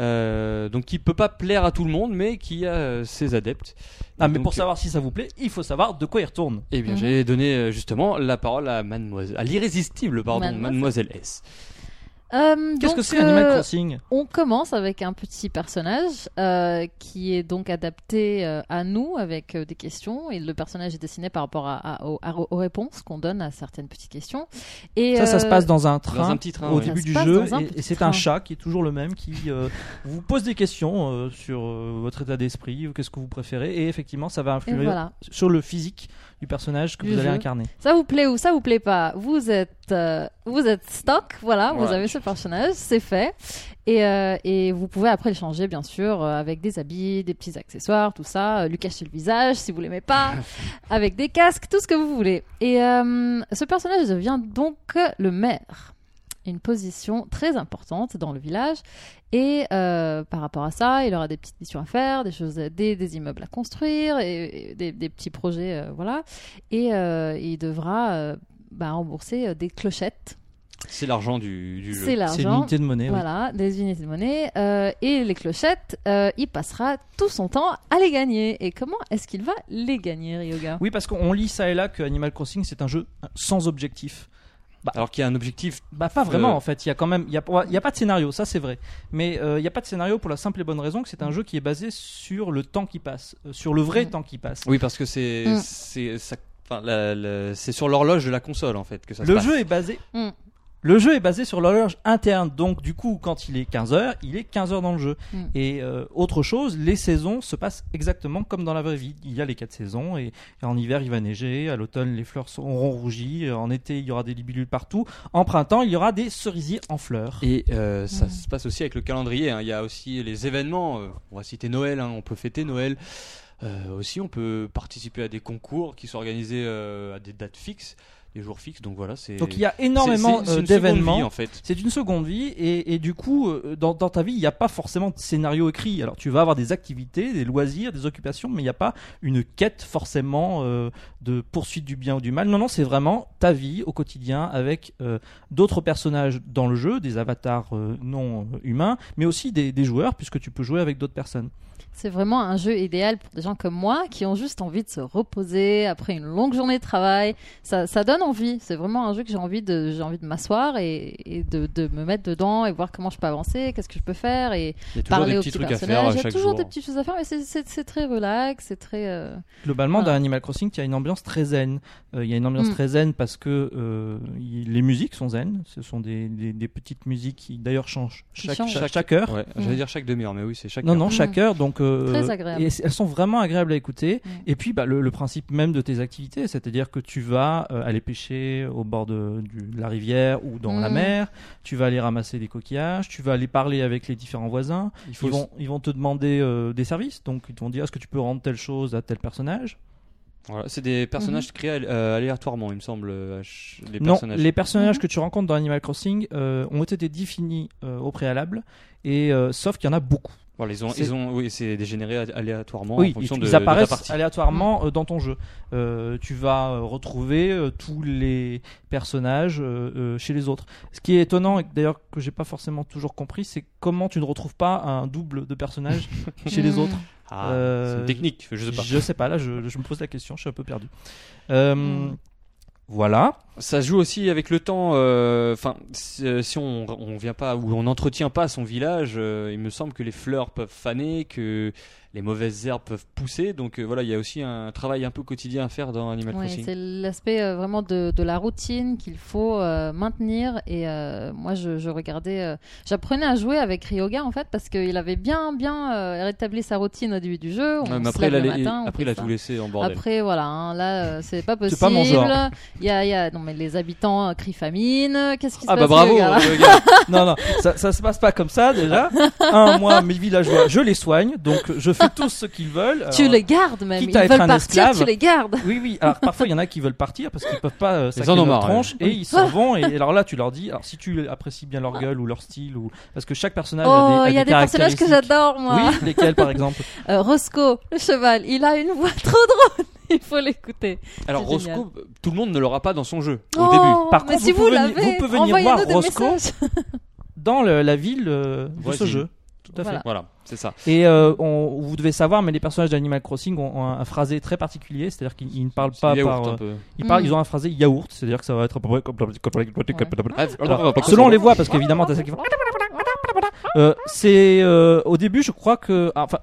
A: Euh, donc qui peut pas plaire à tout le monde, mais qui a euh, ses adeptes.
B: Ah
A: Et
B: mais
A: donc, euh,
B: pour savoir si ça vous plaît, il faut savoir de quoi il retourne.
A: Eh bien,
C: Mhm.
A: j'ai donné euh, justement la parole à mademoiselle, à l'irrésistible, pardon, mademoiselle,
C: Mademoiselle.
A: S.
C: Euh,
B: Qu'est-ce
C: donc,
B: que c'est Animal
C: euh,
B: Crossing
C: On commence avec un petit personnage euh, qui est donc adapté euh, à nous avec euh, des questions et le personnage est dessiné par rapport à, à- aux, à- aux réponses qu'on donne à certaines petites questions. Et
B: Ça, ça se
C: euh,
B: passe dans un train.
A: Dans un petit train.
B: au
A: ouais.
C: Ça
B: début
C: se
B: du
C: passe
B: jeu,
C: dans un
B: et- et,
C: petit
B: c'est
C: train.
B: un chat qui est toujours le même, qui euh, vous pose des questions euh, sur euh, votre état d'esprit, ou qu'est-ce que vous préférez, et effectivement, ça va
C: et
B: influer
C: voilà.
B: sur le physique du personnage que
C: Du
B: vous allez
C: jeu.
B: incarner.
C: Ça vous plaît ou ça vous plaît pas Vous êtes, euh, vous êtes stock, voilà, vous
A: Voilà.
C: avez ce personnage, c'est fait. Et, euh, et vous pouvez après le changer, bien sûr, euh, avec des habits, des petits accessoires, tout ça, euh, lui cacher le visage si vous l'aimez pas, avec des casques, tout ce que vous voulez. Et euh, ce personnage devient donc le maire, une position très importante dans le village. Et euh, par rapport à ça, il aura des petites missions à faire, des choses, à- des, des immeubles à construire, et, et des, des petits projets, euh, voilà. Et euh, il devra euh, bah, rembourser euh, des clochettes
A: C'est l'argent du, du
C: C'est
A: jeu.
B: C'est
C: l'argent.
B: l'unité de monnaie. oui.
C: Voilà, des unités de monnaie. euh, et les clochettes, euh, il passera tout son temps à les gagner. Et comment est-ce qu'il va les gagner, Ryoga
B: Oui, parce qu'on lit ça et là que Animal Crossing c'est un jeu sans objectif.
A: Alors qu'il y a un objectif.
B: Bah pas vraiment
A: Euh.
B: en fait. Il y a quand même, il y a, ouais, il y a pas de scénario, ça c'est vrai. Mais euh, il y a pas de scénario pour la simple et bonne raison que c'est un jeu qui est basé sur le temps qui passe, euh, sur le vrai
C: Mm.
B: temps qui passe.
A: Oui, parce que c'est
C: Mm.
A: c'est ça- enfin, la- la- c'est sur l'horloge de la console en fait que ça se
B: Le
A: passe.
B: jeu est basé.
C: Mm.
B: Le jeu est basé sur l'horloge interne, donc du coup, quand il est 15h, il est 15h dans le jeu.
C: Mm.
B: Et euh, autre chose, les saisons se passent exactement comme dans la vraie vie. Il y a les quatre saisons, et, et en hiver, il va neiger, à l'automne, les fleurs seront rougies, euh, en été, il y aura des libellules partout, en printemps, il y aura des cerisiers en fleurs.
A: Et euh, ça
C: Mm.
A: se passe aussi avec le calendrier. hein. Il y a aussi les événements. euh, on va citer Noël. hein, on peut fêter Noël. Euh, aussi, on peut participer à des concours qui sont organisés euh, à des dates fixes, des jours fixes. Donc voilà, c'est
B: Donc il y a
A: c'est- c'est-
B: énormément
A: c'est
B: euh,
A: une seconde
B: d'événements.
A: vie, en fait.
B: C'est une seconde vie et, et du coup, euh, dans, dans ta vie, il n'y a pas forcément de scénario écrit. Alors tu vas avoir des activités, des loisirs, des occupations, mais il n'y a pas une quête forcément euh, de poursuite du bien ou du mal. Non, non, c'est vraiment ta vie au quotidien avec euh, d'autres personnages dans le jeu, des avatars euh, non euh, humains, mais aussi des, des joueurs, puisque tu peux jouer avec d'autres personnes.
C: C'est vraiment un jeu idéal pour des gens comme moi qui ont juste envie de se reposer après une longue journée de travail. Ça, ça donne envie. C'est vraiment un jeu que j'ai envie de, j'ai envie de m'asseoir et, et de, de me mettre dedans et voir comment je peux avancer, qu'est-ce que je peux faire et
A: Il y a toujours
C: parler
A: des
C: aux
A: petits
C: petits
A: trucs à faire euh,
C: personnages. Il y a
A: chaque
C: toujours
A: jour.
C: des petites choses à faire, mais c'est- c'est c'est très relax, c'est très. euh,
B: Globalement,
C: Ah.
B: dans Animal Crossing, il y a une ambiance très zen. Euh, Il y a une ambiance
C: Mm.
B: très zen parce que euh, y- les musiques sont zen. Ce sont des, des- des petites musiques qui d'ailleurs changent
C: Qui
B: chaque,
C: changent.
B: chaque, chaque heure.
A: Ouais,
C: Mm.
A: j'allais dire chaque demi-heure, mais oui, c'est chaque
B: Non,
A: heure.
B: non,
C: Mm.
B: chaque heure. Donc, euh,
C: Très agréable.
B: Et c- elles sont vraiment agréables à écouter.
C: Mm.
B: Et puis, bah, le, le principe même de tes activités, c'est-à-dire que tu vas euh, aller pêcher au bord de, du- de la rivière ou dans la
C: Mm.
B: mer, tu vas aller ramasser des coquillages, tu vas aller parler avec les différents voisins.
A: Il faut
B: Ils vont, ils vont te demander euh, des services. Donc, ils te vont dire est-ce que tu peux rendre telle chose à tel personnage
A: Voilà, c'est des personnages créés al- euh, aléatoirement, il me semble. euh, ch- les
B: Mm-hmm. Non,
A: personnages.
B: les
C: Mm.
B: personnages que tu rencontres dans Animal Crossing euh, ont été définis euh, au préalable, et euh, sauf qu'il y en a beaucoup.
A: Voilà, ils ont,
B: c'est-
A: ils ont, oui, c'est dégénéré a- aléatoirement en
B: oui, ils,
A: fonction de,
B: ils
A: de ta
B: apparaissent
A: partie.
B: aléatoirement euh, dans ton jeu. Euh, tu vas euh, retrouver euh, tous les personnages euh, euh, chez les autres. Ce qui est étonnant, et que d'ailleurs que j'ai pas forcément toujours compris, c'est comment tu ne retrouves pas un double de personnages chez les
C: Mm.
B: autres.
A: Ah,
B: Euh,
A: c'est une technique, je sais pas.
B: Je sais pas, là je, je me pose la question, je suis un peu perdu. Euh,
C: Mm.
B: Voilà.
A: Ça se joue aussi avec le temps. euh, Enfin, si euh, si on, on vient pas ou on n'entretient pas son village, euh, il me semble que les fleurs peuvent faner, que les mauvaises herbes peuvent pousser. Donc euh, voilà, il y a aussi un travail un peu quotidien à faire dans Animal
C: Ouais,
A: Crossing.
C: c'est l'aspect euh, vraiment de, de la routine qu'il faut euh, maintenir. Et euh, moi, je, je regardais, euh, j'apprenais à jouer avec Ryoga en fait parce qu'il avait bien, bien euh, rétabli sa routine au début du jeu. On
A: Ouais, mais
C: se
A: après, il
C: lève
A: a,
C: le
A: les-
C: matin, on
A: après, il
C: fait
A: a
C: ça.
A: tout laissé en bordel.
C: Après, voilà, hein, là, euh, c'est pas possible.
B: [laughs] C'est pas mon genre.
C: Il y a, il y a, non mais les habitants euh, crient famine. euh, Qu'est-ce qui se
A: ah bah
C: passe
A: bravo,
C: Ryoga, là
A: le gars.
B: non, non, ça, ça se passe pas comme ça déjà. Un, moi, mes villageois, je les soigne, donc je fais tous ce qu'ils veulent. Alors,
C: Tu les gardes même.
B: quitte
C: Ils
B: à
C: veulent
B: être un
C: partir,
B: esclave,
C: tu les gardes.
B: Oui, oui. Alors parfois, il y en a qui veulent partir parce qu'ils peuvent pas euh, sacrer
A: en ont
B: leur
A: marre,
B: tronche et ils s'en vont. Et alors là, tu leur dis. Alors si tu apprécies bien leur gueule ou leur style ou parce que chaque personnage
C: Oh,
B: Ah, a des, a
C: il y a des personnages que
B: caractéristiques.
C: j'adore moi.
B: Oui, lesquels par exemple
C: Euh, Roscoe, le cheval, il a une voix [laughs] trop drôle. Il faut l'écouter.
A: Alors
C: C'est génial.
A: Roscoe, tout le monde ne l'aura pas dans son jeu au
C: Oh,
A: début.
B: Par
C: mais
B: contre,
C: si
B: vous
C: vous,
B: pouvez-
C: l'avez,
B: vous pouvez venir
C: envoyez-nous
B: voir
C: des
B: Roscoe.
C: messages. [laughs]
B: Dans le- la ville euh, de ce
A: Voisine.
B: jeu. Tout à fait.
C: Voilà.
A: Voilà, c'est ça.
B: Et euh, on, vous devez savoir, mais les personnages d'Animal Crossing ont, ont un, un phrasé très particulier, c'est-à-dire qu'ils ils ne parlent
A: C'est
B: pas
A: du yaourt,
B: par.
A: un
B: euh,
A: peu.
B: ils, parlent,
C: Mm.
B: ils ont un phrasé yaourt, c'est-à-dire que ça va être à peu près comme- comme- comme- comme- comme-
A: Bref,
B: Alors, selon les voix, parce qu'évidemment, t'as celles qui font. Euh, c'est euh, au début, je crois que ah, enfin,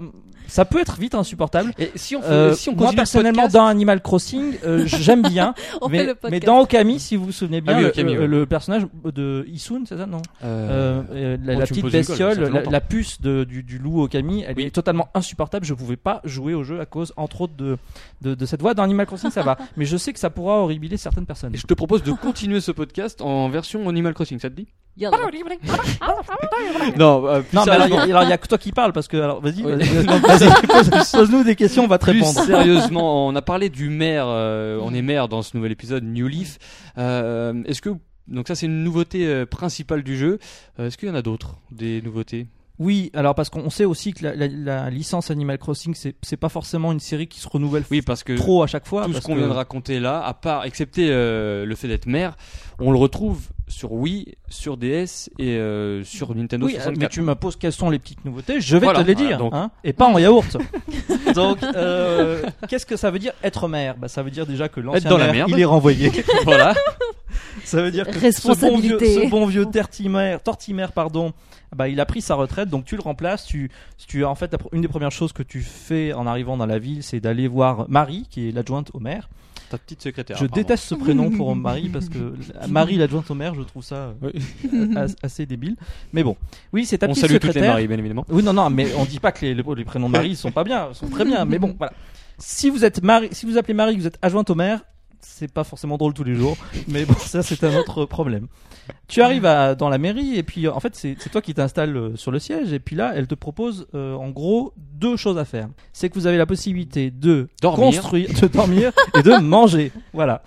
B: ça peut être vite insupportable.
A: Et si on, fait-
B: Euh,
A: si on
B: moi
A: continue le
B: personnellement,
A: podcast-
B: dans Animal Crossing, euh,
A: [laughs]
B: j'aime bien,
C: On fait
B: mais,
C: le
B: mais
C: podcast.
B: dans Okami, si vous vous souvenez bien,
A: Ah oui,
B: le-
A: Okami,
B: le,
A: ouais.
B: le personnage de Isun, c'est ça, non
A: Euh,
B: euh, euh, la,
A: oh,
B: la
A: tu me poses une
B: petite
A: colle, ça
B: bestiole,
A: fait
B: la,
A: longtemps.
B: la puce de- du, du loup au Camille, elle
A: Oui.
B: est totalement insupportable. Je pouvais pas jouer au jeu à cause, entre autres, de, de, de cette voix. Dans Animal Crossing,
A: [laughs]
B: ça va, mais je sais que ça pourra horribiler certaines personnes.
A: Et je te propose de continuer ce podcast en version Animal Crossing, ça te dit
C: Yalla.
A: Non, euh,
B: Non, mais alors, il y a-
A: sérieusement-
B: alors, il y a que toi qui parles parce que, alors, vas-y,
A: Oui.
B: [laughs] vas-y, [laughs] pose- pose-nous des questions, on va te
A: plus
B: répondre.
A: sérieusement, on a parlé du maire, euh, on est maire dans ce nouvel épisode New Leaf. Euh, Est-ce que donc ça c'est une nouveauté euh, principale du jeu. Euh, Est-ce qu'il y en a d'autres des nouveautés
B: Oui, alors parce qu'on sait aussi que la, la- la licence Animal Crossing, c'est c'est pas forcément une série qui se renouvelle
A: Oui, parce que
B: trop à chaque fois.
A: tout ce
B: parce
A: qu'on
B: que-
A: vient de raconter là, à part, excepté euh, le fait d'être mère, on le retrouve sur Wii, sur DS et euh, sur Nintendo
B: Oui, mais
A: 64.
B: tu me poses quelles sont les petites nouveautés, je vais
A: Voilà,
B: te les
A: voilà,
B: dire,
A: donc.
B: hein, et pas en yaourt. [laughs] donc, euh, [laughs] qu'est-ce que ça veut dire être maire bah, Ça veut dire déjà que l'ancien
A: dans la
B: maire,
A: merde.
B: il est renvoyé.
A: [laughs] voilà.
B: ça veut dire que ce bon vieux,
C: Responsabilité.
B: ce bon vieux Tertimaire, Tortimaire, pardon, bah, il a pris sa retraite, donc tu le remplaces. Tu, tu en fait, la pr- une des premières choses que tu fais en arrivant dans la ville, c'est d'aller voir Marie, qui est l'adjointe au maire.
A: Ta petite secrétaire. hein,
B: Je
A: pardon.
B: déteste ce prénom pour Marie parce que la- Marie, l'adjointe au maire, je trouve ça euh, as- assez débile. Mais bon, oui, c'est ta
A: On
B: petite
A: salue toutes les
B: secrétaire.
A: maris, bien évidemment.
B: Oui, non, non, mais on dit pas que les, les- les prénoms de Marie sont pas bien, sont très bien, mais bon, voilà. Si vous êtes Marie, si vous appelez Marie, que vous êtes adjointe au maire, c'est pas forcément drôle tous les jours, mais bon, ça c'est un autre problème. Tu arrives à- dans la mairie et puis euh, en fait c'est c'est toi qui t'installes euh, sur le siège et puis là elle te propose euh, en gros deux choses à faire. C'est que vous avez la possibilité de
A: Dormir.
B: construire, de dormir et de manger. Voilà.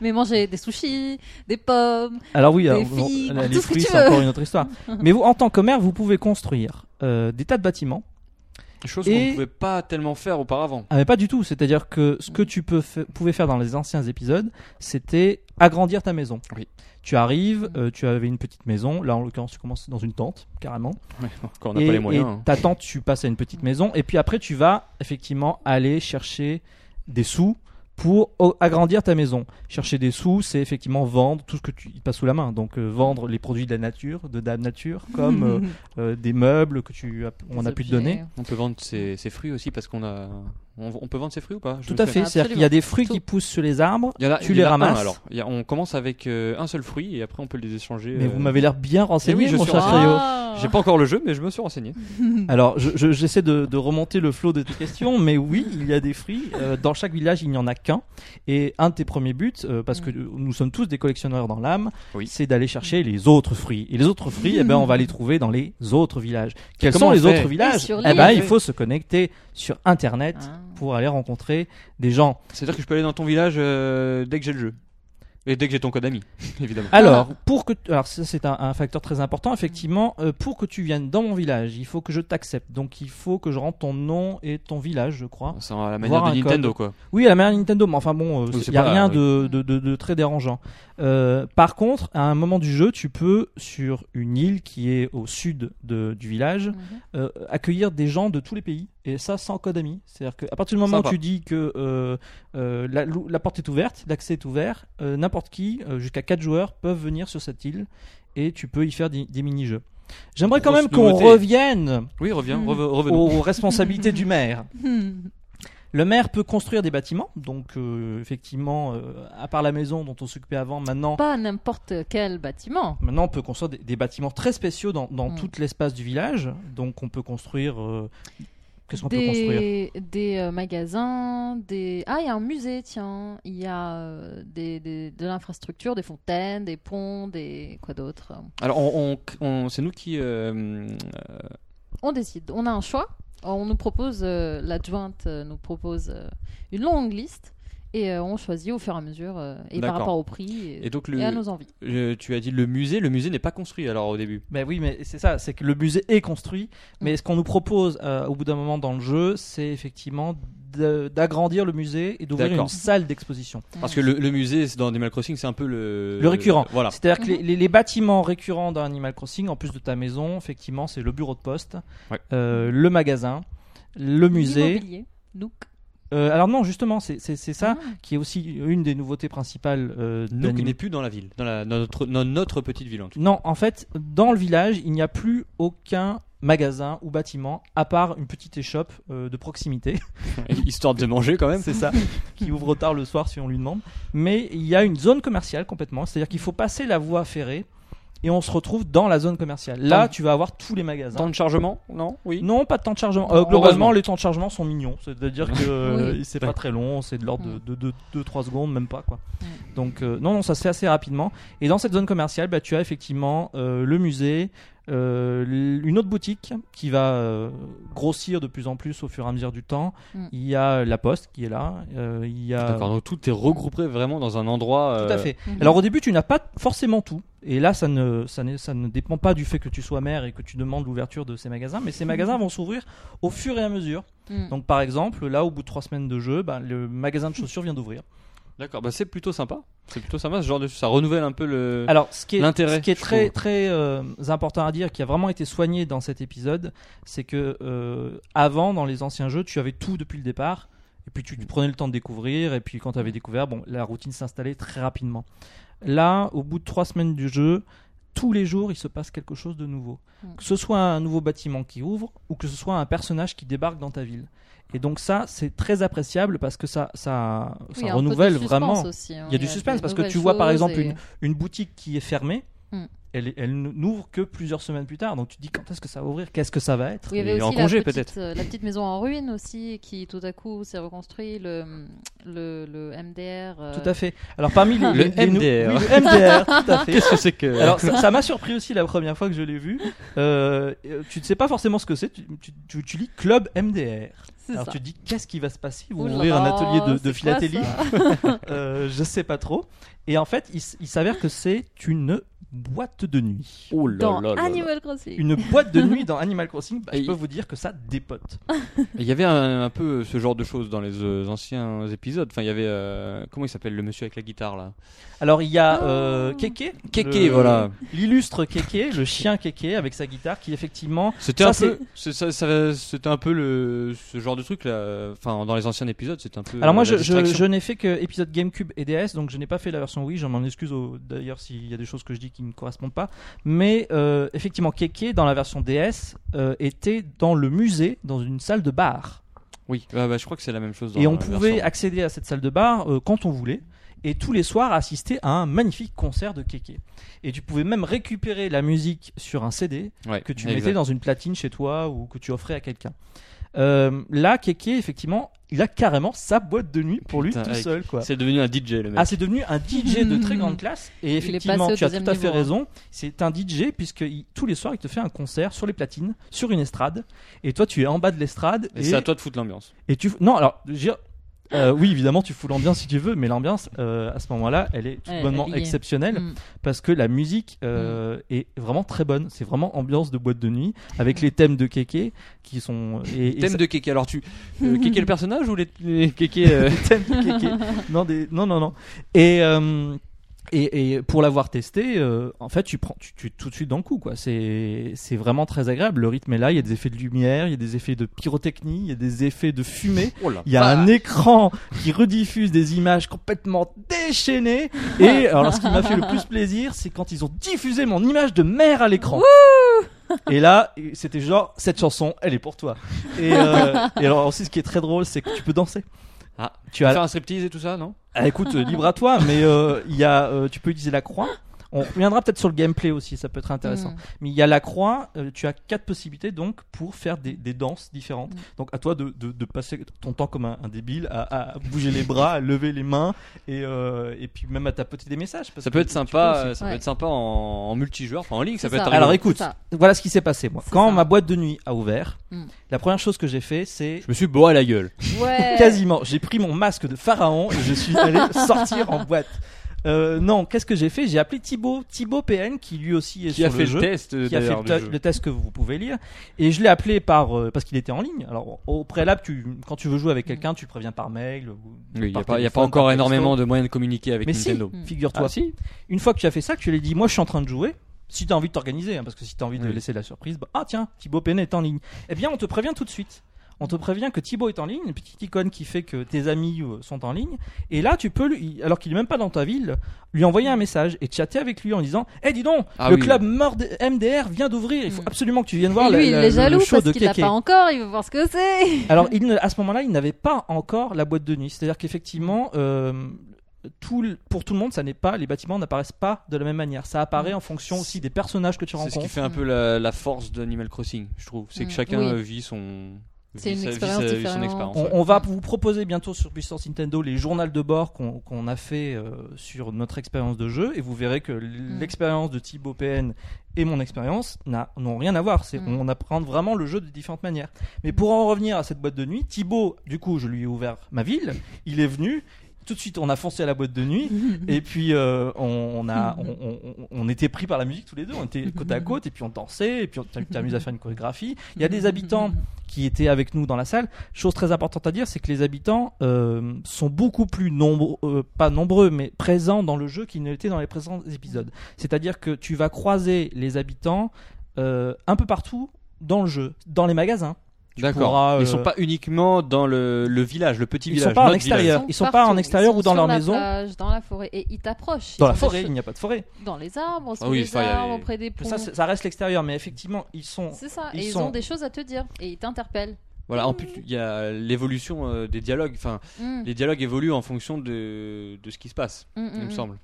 C: Mais manger des sushis, des pommes.
B: Alors oui, euh,
C: Des
B: alors,
C: figues,
B: bon,
C: tout
B: les
C: ce que
B: fruits
C: tu
B: c'est
C: veux.
B: encore une autre histoire. Mais vous en tant que maire vous pouvez construire euh, des tas de bâtiments.
A: Chose
B: Et-
A: qu'on ne pouvait pas tellement faire auparavant.
B: Ah mais pas du tout, c'est-à-dire que ce que tu peux fa- pouvais faire dans les anciens épisodes, c'était agrandir ta maison.
A: Oui.
B: Tu arrives, euh, tu avais une petite maison, là en l'occurrence tu commences dans une tente, carrément.
A: Quand on n'a
B: et
A: pas les moyens.
B: et
A: hein.
B: ta tente, tu passes à une petite maison, et puis après tu vas effectivement aller chercher des sous pour o- agrandir ta maison. Chercher des sous, c'est effectivement vendre tout ce que tu il te passe sous la main, donc euh, vendre les produits de la nature, de Dame Nature,
C: [laughs]
B: comme euh, euh, des meubles que tu as- on
C: Des
B: a pu te
C: objets.
B: donner.
A: On peut vendre ses, ses fruits aussi parce qu'on a. On, on peut vendre ses fruits ou pas Je
B: Tout
A: me
B: à
A: souviens-
B: fait, c'est-à-dire qu'il y a des fruits
C: Tout.
B: qui poussent sur les arbres,
A: Il y en a- il
B: Tu
A: y
B: les
A: en a un,
B: ramasses.
A: alors. Il y a- on commence avec euh, un seul fruit et après on peut les échanger.
B: Mais
A: euh,
B: vous m'avez l'air bien renseigné,
A: eh oui, je
B: mon
A: suis
B: cher
A: renseigné.
B: Thériault.
C: Ah.
A: J'ai pas encore le jeu, mais je me suis renseigné.
B: Alors, je- je- j'essaie de, de remonter le flot de tes questions, mais oui, il y a des fruits. Euh, dans chaque village, il n'y en a qu'un. Et un de tes premiers buts, euh, parce que nous sommes tous des collectionneurs dans l'âme,
A: Oui.
B: c'est d'aller chercher les autres fruits. Et les autres fruits, eh ben, on va les trouver dans les autres villages. Quels
A: Comment
B: sont
A: on
B: les
A: fait
B: autres villages
C: sur
B: Eh
C: les-
B: ben, il faut se connecter sur Internet
C: Ah.
B: pour aller rencontrer des gens.
A: C'est-à-dire que je peux aller dans ton village euh, dès que j'ai le jeu. Et dès que j'ai ton code ami, [laughs] évidemment.
B: Alors, pour que, alors ça c'est un, un facteur très important, effectivement, euh, pour que tu viennes dans mon village, il faut que je t'accepte. Donc il faut que je rentre ton nom et ton village, je crois.
A: C'est à la manière
B: Voir
A: de
B: un
A: Nintendo, quoi.
B: Oui, à la manière Nintendo, mais enfin bon,
A: Donc,
B: il
A: c'est
B: n'y a
A: pas-
B: rien
A: oui.
B: de, de- de- de très dérangeant. Euh, par contre, à un moment du jeu, tu peux, sur une île qui est au sud de- du village,
C: Mhm.
B: euh, accueillir des gens de tous les pays et ça sans code ami c'est à dire qu'à partir du moment
A: Sympa.
B: où tu dis que euh, euh, la, lou- la porte est ouverte l'accès est ouvert euh, n'importe qui euh, jusqu'à 4 joueurs peuvent venir sur cette île et tu peux y faire des, des mini-jeux j'aimerais quand
A: Grosse
B: même qu'on
A: nouveauté.
B: revienne
A: Oui, reviens,
B: Hmm.
C: Mm.
A: reve- revenons.
B: aux
A: [laughs]
B: responsabilités du maire
C: Hmm.
B: le maire peut construire des bâtiments donc euh, effectivement euh, à part la maison dont on s'occupait avant maintenant
C: Pas n'importe quel bâtiment.
B: Maintenant, on peut construire des, des bâtiments très spéciaux dans, dans
C: Mm.
B: tout l'espace du village. Donc, on peut construire. euh, Qu'est-ce qu'on peut construire
C: des, des euh, magasins, des... Ah, il y a un musée, tiens. Il y a euh, des, des- de l'infrastructure, des fontaines, des ponts, des... Quoi d'autre
A: Alors, on, on- on- c'est nous qui. euh, euh,
C: On décide, on a un choix. On nous propose, euh, l'adjointe euh, nous propose euh, une longue liste et euh, on choisit au fur et à mesure euh, et par
A: D'accord.
C: rapport au prix et,
A: et donc, le,
C: et à nos envies.
A: euh, tu as dit le musée. Le musée n'est pas construit alors au début.
B: Ben oui, mais c'est ça, c'est que le musée est construit, mais ce qu'on nous propose euh, au bout d'un moment dans le jeu, c'est effectivement de- d'agrandir le musée et d'ouvrir
A: D'accord.
B: une salle d'exposition.
A: Parce que le, le musée c'est- dans Animal Crossing, c'est un peu le.
B: Le récurrent.
A: Voilà.
B: C'est-à-dire que les, les- les bâtiments récurrents dans Animal Crossing, en plus de ta maison, effectivement, c'est le bureau de poste,
A: Ouais.
B: euh, le magasin, le musée.
C: L'immobilier, Nook.
B: Euh, alors non, justement, c'est c'est- c'est ça
C: Ah.
B: qui est aussi une des nouveautés principales euh,
A: Nous qui
B: d'Anim-
A: n'est plus dans la ville, dans, la- dans notre, dans notre petite ville en tout
B: Non, en fait, dans le village, il n'y a plus aucun magasin ou bâtiment, à part une petite échoppe euh, de proximité.
A: cas. Histoire de manger quand même.
B: C'est ça, [laughs] qui ouvre tard le soir si on lui demande. Mais il y a une zone commerciale complètement, c'est-à-dire qu'il faut passer la voie ferrée et on se retrouve dans la zone commerciale. Là,
A: Dans-
B: tu vas avoir tous les magasins.
A: Temps de chargement Non Oui.
B: Non, pas de temps de chargement. Euh,
A: Heureusement.
B: globalement, les temps de chargement sont mignons. C'est-à-dire que euh,
C: Oui. Mm.
B: c'est pas très long, c'est de l'ordre de- de 2-3 secondes, même pas. quoi.
C: Ouais.
B: Donc, euh, non, non, ça se fait assez rapidement. Et dans cette zone commerciale, bah, tu as effectivement euh, le musée, euh, l- une autre boutique qui va euh, grossir de plus en plus au fur et à mesure du temps.
C: Mm.
B: Il y a la poste qui est là. euh, il y a...
A: D'accord, donc tout est regroupé vraiment dans un endroit.
B: Tout
A: euh,
B: à fait.
C: Mhm.
B: Alors au début, tu n'as pas forcément tout. Et là, ça ne, ça, ne, ça ne dépend pas du fait que tu sois maire et que tu demandes l'ouverture de ces magasins, mais ces magasins vont s'ouvrir au fur et à mesure.
C: Mm.
B: Donc, par exemple, là, au bout de trois semaines de jeu, bah, le magasin de chaussures vient d'ouvrir.
A: D'accord, bah c'est plutôt sympa. C'est plutôt sympa ce genre de ça renouvelle un peu le
B: Alors, ce qui est,
A: Euh, L'intérêt,
B: ce qui est
A: je
B: très,
A: trouve.
B: très euh, important à dire, qui a vraiment été soigné dans cet épisode, c'est que euh, avant, dans les anciens jeux, tu avais tout depuis le départ. Et puis tu
A: Mm.
B: prenais le temps de découvrir, et puis quand tu avais découvert, bon, la routine s'installait très rapidement. Là, au bout de trois semaines du jeu, tous les jours, il se passe quelque chose de nouveau.
C: Mm.
B: Que ce soit un nouveau bâtiment qui ouvre, ou que ce soit un personnage qui débarque dans ta ville. Et donc ça, c'est très appréciable parce que ça, ça,
C: Oui, il y
B: ça
C: a un peu de
B: renouvelle
C: suspense
B: vraiment
C: aussi, hein.
B: il y a du
C: des
B: suspense parce que
C: nouvelles
B: tu vois par
C: choses
B: exemple
C: et-
B: une, une boutique qui est fermée,
C: Hmm.
B: elle, est- elle n'ouvre que plusieurs semaines plus tard. Donc tu te dis quand est-ce que ça va ouvrir Qu'est-ce que ça va être
C: Oui, il y avait
A: Et en
C: aussi
A: congé,
C: la petite,
A: peut-être.
C: euh, la petite maison en ruine aussi, qui tout à coup s'est reconstruit, le, le, le MDR. euh,
B: Tout à fait. Alors parmi
C: [laughs]
B: les,
A: Le
B: les- les nou-
A: MDR.
B: oui, le MDR, tout à fait.
A: Qu'est-ce que c'est que
B: Alors [laughs] ça ça m'a surpris aussi la première fois que je l'ai vu. Euh, euh, tu ne sais pas forcément ce que c'est. Tu, tu- tu- tu lis Club MDR.
C: C'est
B: Alors
C: ça.
B: tu te dis qu'est-ce qui va se passer Ils vont
C: Oulala,
B: ouvrir un atelier de- de,
C: c'est quoi
B: philatélie.
C: ça
B: [laughs] Euh, je sais pas trop. Et en fait, il s- il s'avère que c'est une boîte de nuit.
A: oh là
C: Dans
A: là là là.
C: Animal Crossing.
B: une boîte de nuit dans Animal Crossing, bah, je
A: Et-
B: peux vous dire que ça dépote.
A: Il y avait un, un peu ce genre de choses dans les euh, anciens épisodes. Enfin, il y avait euh, comment il s'appelle le monsieur avec la guitare là
B: Alors il y a
C: Oh.
B: euh, Keke,
A: Kéké,
B: le-
A: voilà.
B: l'illustre Keke, le chien Keke avec sa guitare, qui effectivement,
A: C'était
B: Ça,
A: un peu c'est- ça- ça- c'était un peu le ce genre de truc là enfin dans les anciens épisodes, c'était un peu
B: alors moi
A: euh,
B: je,
A: la
B: je,
A: distraction.
B: je n'ai fait que épisode GameCube et DS, donc je n'ai pas fait la version Wii, je m'en excuse au- d'ailleurs s'il y a des choses que je dis qui ne correspondent pas, mais euh, effectivement Keke dans la version DS euh, était dans le musée, dans une salle de bar,
A: Oui, bah, bah, je crois que c'est la même chose dans
B: et on
A: la
B: pouvait
A: version.
B: accéder à cette salle de bar euh, quand on voulait. et tous les soirs assister à un magnifique concert de Kéké. Et tu pouvais même récupérer la musique sur un CD
A: Ouais,
B: que tu
A: exact.
B: mettais dans une platine chez toi ou que tu offrais à quelqu'un. Euh, là, Kéké, effectivement, il a carrément sa boîte de nuit pour lui
A: Putain,
B: tout
A: avec-
B: seul. Quoi.
A: C'est devenu un DJ le mec.
B: Ah, c'est devenu un DJ de
C: [laughs]
B: très grande classe. Et
C: est
B: effectivement,
C: passé au
B: tu as
C: deuxième
B: tout à fait
C: niveau, hein.
B: raison. C'est un DJ puisque il- tous les soirs, il te fait un concert sur les platines, sur une estrade. Et toi, tu es en bas de l'estrade.
A: et c'est à toi de foutre l'ambiance.
B: Et tu non alors je veux dire, euh, oui évidemment tu fous l'ambiance si tu veux mais l'ambiance euh, à ce moment-là elle est tout
C: Ouais,
B: bonnement
C: elle y est.
B: exceptionnelle
C: Mm.
B: parce que la musique euh,
A: Mm.
B: est vraiment très bonne c'est vraiment ambiance de boîte de nuit avec les thèmes de Kéké qui sont et, et
A: Thème
B: ça-
A: de Kéké. Alors tu euh,
B: [laughs]
A: Kéké le personnage ou les, les Kéké euh,
B: thèmes de Kéké non des non non non et euh, et, et pour l'avoir testé, euh, en fait, tu prends, tu, tu es tout de suite dans le coup, quoi. C'est, c'est vraiment très agréable. Le rythme est là. Il y a des effets de lumière, il y a des effets de pyrotechnie, il y a des effets de fumée.
A: Oh là.
B: Il y a un écran qui rediffuse des images complètement déchaînées. Et alors, ce qui m'a fait le plus plaisir, c'est quand ils ont diffusé mon image de mère à l'écran. Et là, c'était genre, cette chanson, elle est pour toi. Et, euh, et alors aussi, ce qui est très drôle, c'est que tu peux danser.
A: Ah.
B: tu as,
A: Faire un striptease et tout ça, non
B: ah, écoute, euh, libre à toi, mais euh, il y a, euh, tu peux utiliser la croix. On reviendra peut-être sur le gameplay aussi, ça peut être intéressant.
C: Mm.
B: Mais il y a la croix, euh, tu as quatre possibilités donc pour faire des, des danses différentes.
C: Mm.
B: Donc à toi de, de- de passer ton temps comme un, un débile à, à bouger les bras, à lever les mains et, euh, et puis même à tapoter des messages. parce
A: Ça
B: que
A: peut être
B: tu peux
A: sympa,
B: aussi.
A: euh, ça
C: Ouais.
A: peut être sympa en, en multijoueur, enfin en ligne, ça
C: C'est
A: peut être
C: ça.
A: rigolo.
B: Alors écoute,
C: C'est ça.
A: euh.
B: voilà ce qui s'est passé moi.
C: C'est
B: Quand
C: ça.
B: ma boîte de nuit a ouvert,
C: Mm.
B: la première chose que j'ai fait c'est
A: je me suis bourré la gueule.
C: Ouais.
B: quasiment, j'ai pris mon masque de pharaon et je suis
C: [laughs]
B: allé sortir en boîte. Euh, non, qu'est-ce que j'ai fait J'ai appelé Thibaut, Thibaut PN qui lui aussi est
A: Qui
B: sur
A: a fait
B: jeu.
A: le test euh,
B: qui a fait
A: d'ailleurs
B: le,
A: du
B: te-
A: jeu.
B: le test que vous pouvez lire. Et je l'ai appelé par euh, parce qu'il était en ligne. Alors au préalable, tu, quand tu veux jouer avec quelqu'un, tu le préviens par mail. ou
A: Oui, il n'y
B: par
A: a pas, il y a
B: téléphone,
A: pas encore
B: par
A: énormément
B: texto.
A: de moyens de communiquer avec
B: Mais si,
A: Nintendo.
B: figure-toi.
A: Ah, si.
B: Une fois que tu as fait ça, que tu lui as dit, moi je suis en train de jouer. Si tu as envie de t'organiser, hein, parce que si tu as envie de
A: Oui.
B: laisser la surprise, bah, ah tiens, Thibaut Penet est en ligne. Eh bien, on te prévient tout de suite. On te prévient que Thibaut est en ligne, une petite icône qui fait que tes amis euh, sont en ligne. Et là, tu peux, lui, alors qu'il est même pas dans ta ville, lui envoyer un message et chatter avec lui en disant Eh, dis donc,
A: Ah
B: le
A: oui.
B: club Mord- MDR vient d'ouvrir, il faut
C: Mm.
B: absolument que tu viennes
C: Et
B: voir la-
C: lui, il
B: la-
C: est
B: le
C: jaloux
B: show
C: parce
B: de
C: qu'il l'a
B: Kéké.
C: pas encore, il veut voir ce que c'est.
B: Alors, il ne- à ce moment-là, il n'avait pas encore la boîte de nuit. C'est-à-dire qu'effectivement, euh, tout le- pour tout le monde, ça n'est pas, les bâtiments n'apparaissent pas de la même manière. Ça
C: Mm.
B: apparaît en fonction aussi des personnages que tu
A: C'est ce qui
B: rencontres.
A: fait un peu la, la force d'Animal Crossing, je trouve. C'est que
C: Mm.
A: chacun
C: Oui.
A: euh, vit son.
C: C'est
A: vit
C: une
A: sa- vit
C: expérience
A: sa- vit son
C: différente.
A: expérience.
B: On,
A: ouais.
B: on va vous proposer bientôt sur Puissance Nintendo les journaux de bord qu'on qu'on a fait euh, sur notre expérience de jeu et vous verrez que l'expérience de Thibaut PN et mon expérience n'a- n'ont rien à voir. C'est
C: Mm.
B: On apprend vraiment le jeu de différentes manières. Mais pour en revenir à cette boîte de nuit, Thibaut, du coup, je lui ai ouvert ma ville, il est venu. tout de suite, on a foncé à la boîte de nuit.
C: Mm.
B: Et puis euh, on, on a, on, on- on était pris par la musique tous les deux. On était côte à côte et puis on dansait et puis on t'a- t'amuse à faire une chorégraphie. Il y a des habitants qui étaient avec nous dans la salle. Chose très importante à dire, c'est que les habitants euh, sont beaucoup plus nombreux, euh, pas nombreux, mais présents dans le jeu qu'ils ne l'étaient dans les précédents épisodes. C'est-à-dire que tu vas croiser les habitants euh, un peu partout dans le jeu, dans les magasins. pourras,
A: D'accord.
B: euh,
A: Ils sont pas uniquement dans le, le village, le petit
B: Ils
A: village.
B: sont pas en
A: notre
B: extérieur.
A: village.
B: euh, Ils sont pas en extérieur ou dans
C: sur
B: leur
C: la
B: maison.
C: plage, dans la forêt. Et ils t'approchent.
B: Dans
C: Ils
B: la
C: sont
B: forêt,
C: des
B: il n'y a pas de forêt.
C: che- Dans les arbres, sous
A: Ah oui,
C: les
A: ça, il y a les-
C: arbres, auprès des ponts.
B: Ça, c'est- ça reste l'extérieur, mais effectivement, ils sont
C: C'est ça.
B: ils
C: et ils
B: sont-
C: ont des choses à te dire. Et ils t'interpellent.
A: Voilà. En plus, il y a l'évolution euh, des dialogues. Enfin,
C: Mm,
A: les dialogues évoluent en fonction de, de ce qui se passe,
C: mm, mm,
A: il me
C: mm.
A: semble.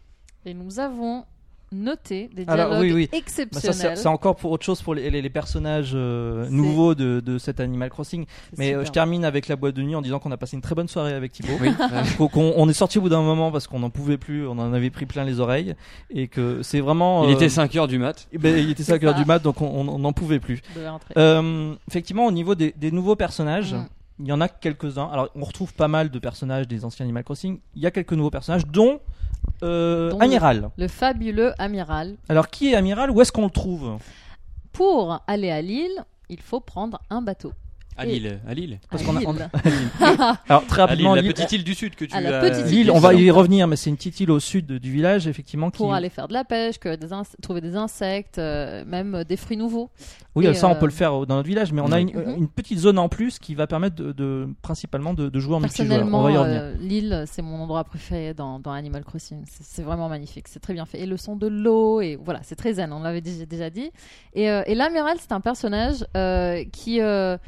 C: Et nous avons noté des dialogues
B: Alors, oui, oui. Bah, ça, c'est
C: exceptionnels.
B: c'est encore pour autre chose pour les, les- les personnages euh,
C: C'est-
B: nouveaux de, de cet Animal Crossing.
C: C'est
B: Mais euh, je
C: super.
B: termine avec la boîte de nuit en disant qu'on a passé une très bonne soirée avec Thibaut.
C: [laughs]
A: Oui.
B: Qu'on- qu'on- on est sorti au bout d'un moment parce qu'on n'en pouvait plus, on en avait pris plein les oreilles. Et que c'est vraiment.
A: Il
B: euh,
A: était 5 heures du mat.
B: eh ben, il était 5 heures
C: ça.
B: du mat, donc on- on n'en pouvait plus.
C: De la rentrée.
B: Euh, effectivement, au niveau des, des nouveaux personnages,
C: Mm.
B: il y en a quelques-uns. Alors, on retrouve pas mal de personnages des anciens Animal Crossing. Il y a quelques nouveaux personnages, dont, euh,
C: Dont
B: Amiral.
C: Le fabuleux amiral.
B: Alors, qui est Amiral Où est-ce qu'on le trouve
C: Pour aller à Lille, il faut prendre un bateau.
A: À
C: Et-
A: Lille. À Lille.
B: Parce
C: À
B: qu'on a-
C: [laughs] Lille.
B: on a- Alors, très
A: À Lille,
B: rapidement,
A: la
B: Lille-
A: petite île du sud que tu
C: à la
A: as-
C: petite
B: Lille, on va y revenir, mais c'est une petite île au sud de- du village, effectivement. Qui...
C: Pour aller faire de la pêche, que des ins- trouver des insectes, euh, même euh, des fruits nouveaux.
B: Oui,
C: et,
B: ça, on
C: euh,
B: peut le faire euh, dans notre village, mais on a
A: Ouais.
B: une,
C: Mhm.
B: une petite zone en plus qui va permettre de, de- principalement de, de jouer en multijoueur. On
C: Personnellement,
B: va y revenir.
C: euh, Lille, c'est mon endroit préféré dans, dans Animal Crossing. C'est c'est vraiment magnifique, c'est très bien fait. Et le son de l'eau, et voilà, c'est très zen, on l'avait déjà, déjà dit. Et, euh, et l'amiral, c'est un personnage euh, qui, euh,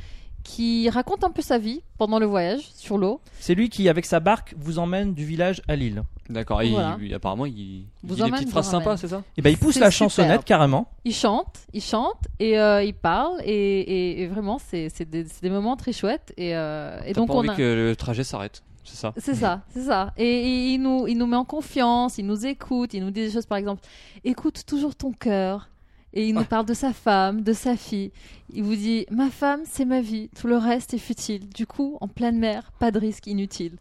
C: qui raconte un peu sa vie pendant le voyage sur l'eau.
B: C'est lui qui, avec sa barque, vous emmène du village à l'île.
A: D'accord. Et
C: Voilà.
A: il- apparemment, il, il
C: Vous
A: dit des
C: emmène,
A: petites
C: vous
A: phrases
C: ramène.
A: sympas, c'est ça
B: Et ben, il pousse
C: C'est
B: la
C: super.
B: chansonnette carrément.
C: Il chante, il chante, et euh, il parle, et, et- et vraiment, c'est c'est des, c'est des moments très chouettes. Et, euh, et
A: T'as
C: donc,
A: pas
C: on
A: envie
C: a...
A: que le trajet s'arrête, c'est ça
C: C'est ça, c'est ça. Et, et il, nous, il nous met en confiance, il nous écoute, il nous dit des choses, par exemple, écoute toujours ton cœur. Et il nous
B: Ah.
C: parle de sa femme, de sa fille. Il vous dit, ma femme, c'est ma vie, tout le reste est futile. Du coup, en pleine mer, pas de risque inutile.